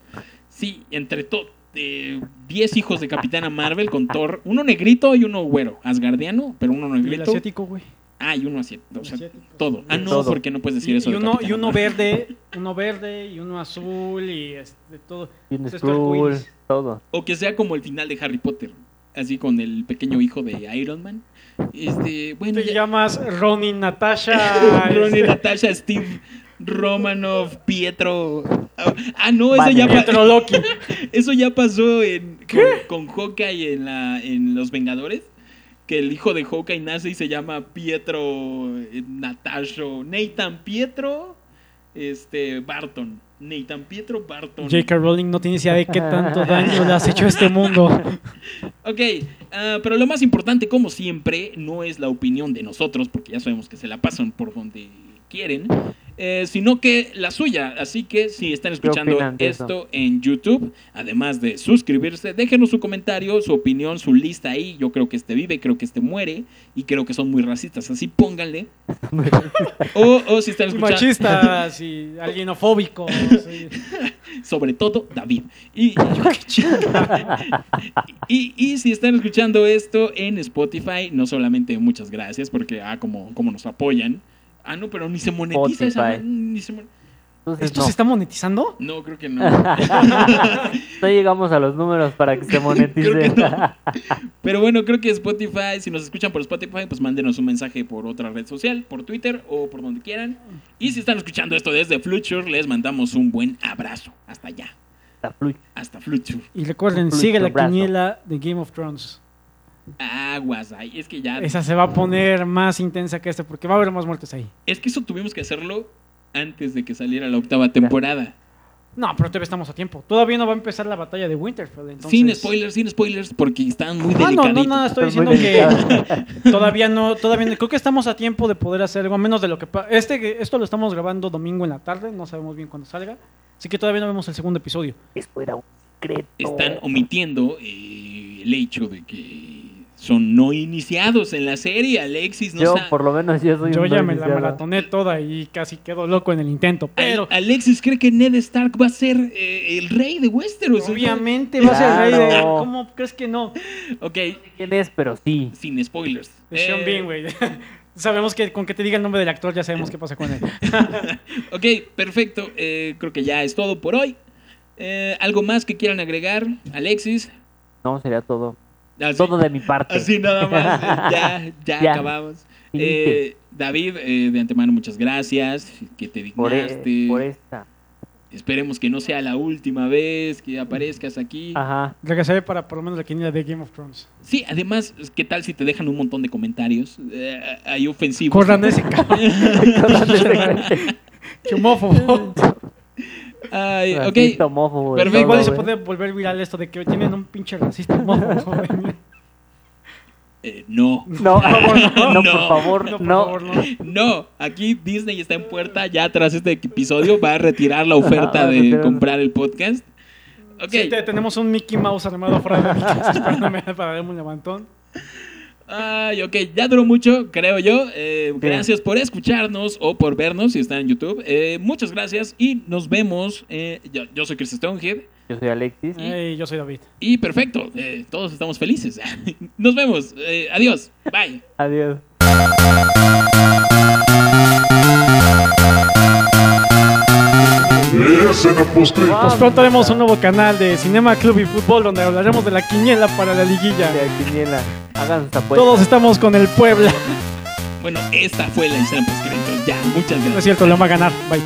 Sí, entre todos. eh, 10 hijos de Capitana Marvel con Thor, uno negrito y uno güero, asgardiano, pero uno Y el negrito. asiático, güey. Ah, y uno asiático. O sea, Asiático. todo. Ah, no, Todo. porque no puedes decir Y, eso. y de uno, y Capitana uno Marvel. verde, uno verde y uno azul y es- de todo. Tienes Esto arcoíris. Skrull, todo. O que sea como el final de Harry Potter, así con el pequeño hijo de Iron Man. Este, bueno, Te ya. llamas Ronin Natasha. Ronnie, este, Natasha, Steve, Romanov, Pietro. Ah, Ah, no, eso Vale. ya, pa- Pietro Loki. eso ya pasó en, con, con Hawkeye en, la, en Los Vengadores. Que el hijo de Hawkeye nace y se llama Pietro eh, Natasho. Nathan Pietro este, Barton. Nathan Pietro Barton. J.K. Rowling no tienes idea de qué tanto daño le has hecho a este mundo. Ok, ah, pero lo más importante, como siempre, no es la opinión de nosotros, porque ya sabemos que se la pasan por donde quieren, eh, sino que la suya. Así que si están escuchando opinan de eso? esto en YouTube, además de suscribirse, déjenos su comentario, su opinión, su lista ahí. Yo creo que este vive, creo que este muere, y creo que son muy racistas, así pónganle. o, o si están Y escuchando, Machistas y alienofóbicos. y- sobre todo David. Y, y, y si están escuchando esto en Spotify, no solamente muchas gracias, porque ah, como, como nos apoyan. Ah, no, pero ni se monetiza esa- Spotify. ni se mon- Entonces, ¿Esto no. se está monetizando? No, creo que no. No llegamos a los números para que se monetice. Creo que no. Pero bueno, creo que Spotify, si nos escuchan por Spotify, pues mándenos un mensaje por otra red social, por Twitter o por donde quieran. Y si están escuchando esto desde Fluture, les mandamos un buen abrazo. Hasta allá, Está fluido. hasta Fluture. Y recuerden, Flucho sigue la brazo. quiniela de Game of Thrones. Aguas, ay, es que ya Esa se va a poner más intensa que esta porque va a haber más muertes ahí. Es que eso tuvimos que hacerlo antes de que saliera la octava temporada. No, pero todavía estamos a tiempo. Todavía no va a empezar la batalla de Winterfell. Entonces... Sin spoilers, sin spoilers, porque están muy Ah, no, delicaditos. no, no, estoy Estás diciendo muy que todavía no, todavía no- creo que estamos a tiempo de poder hacer algo, a menos de lo que pa- este esto lo estamos grabando domingo en la tarde, no sabemos bien cuándo salga, así que todavía no vemos el segundo episodio. Esto era un secreto. Están omitiendo eh, el hecho de que son no iniciados en la serie. Alexis no yo, sa- por lo menos, yo soy Yo un ya no me la iniciado. maratoné toda y casi quedo loco en el intento, pero Al- Alexis cree que Ned Stark va a ser eh, el rey de Westeros. obviamente va a ser el rey de Claro. ¿Cómo crees que no? Ok, ¿Quién es? Pero sí. sin spoilers. Es Sean Eh, Bean, güey. Sabemos que con que te diga el nombre del actor ya sabemos qué pasa con él. Ok, perfecto. Eh, creo que ya es todo por hoy. Eh, ¿Algo más que quieran agregar, Alexis? No, sería todo. Así- Todo de mi parte. Así nada más, eh, ya, ya, Ya. acabamos. Sí, Eh, David, eh, de antemano muchas gracias, que te por, e- dignaste. por esta. Esperemos que no sea la última vez que aparezcas aquí. Ajá. Regresaré para por lo menos la quiniela de Game of Thrones. Sí, además, ¿qué tal si te dejan un montón de comentarios? Eh, hay ofensivos. Corran ese cabrón, qué homófobo. Ay, ok. Racista, homófobo de Perfecto. todo, Igual se güey. puede volver viral esto de que tienen un pinche racista. homófobo, güey. Eh, no. No, No. no, por favor, no. No, por favor, no. No, aquí Disney está en puerta ya tras este episodio. Va a retirar la oferta Ah, de retirar. comprar el podcast. Ok. Sí, te- tenemos un Mickey Mouse armado fuera de mi casa esperándome para darme un levantón. Ay, ok, ya duró mucho, creo yo. Eh, gracias por escucharnos o por vernos si están en YouTube. Eh, muchas gracias y nos vemos. eh, yo, yo soy Chris Stonehead Yo soy Alexis. Ey, yo soy David. y perfecto, eh, todos estamos felices. nos vemos, eh, adiós, bye. Adiós. Pues pronto haremos un nuevo canal de Cinema Club y Fútbol donde hablaremos de la quiniela para la liguilla. De Quiniela. Hagan sus apuestas. Todos estamos con el Puebla. Bueno, esta fue la escena post-créditos. Ya, muchas No es gracias. cierto, lo va a ganar. Bye.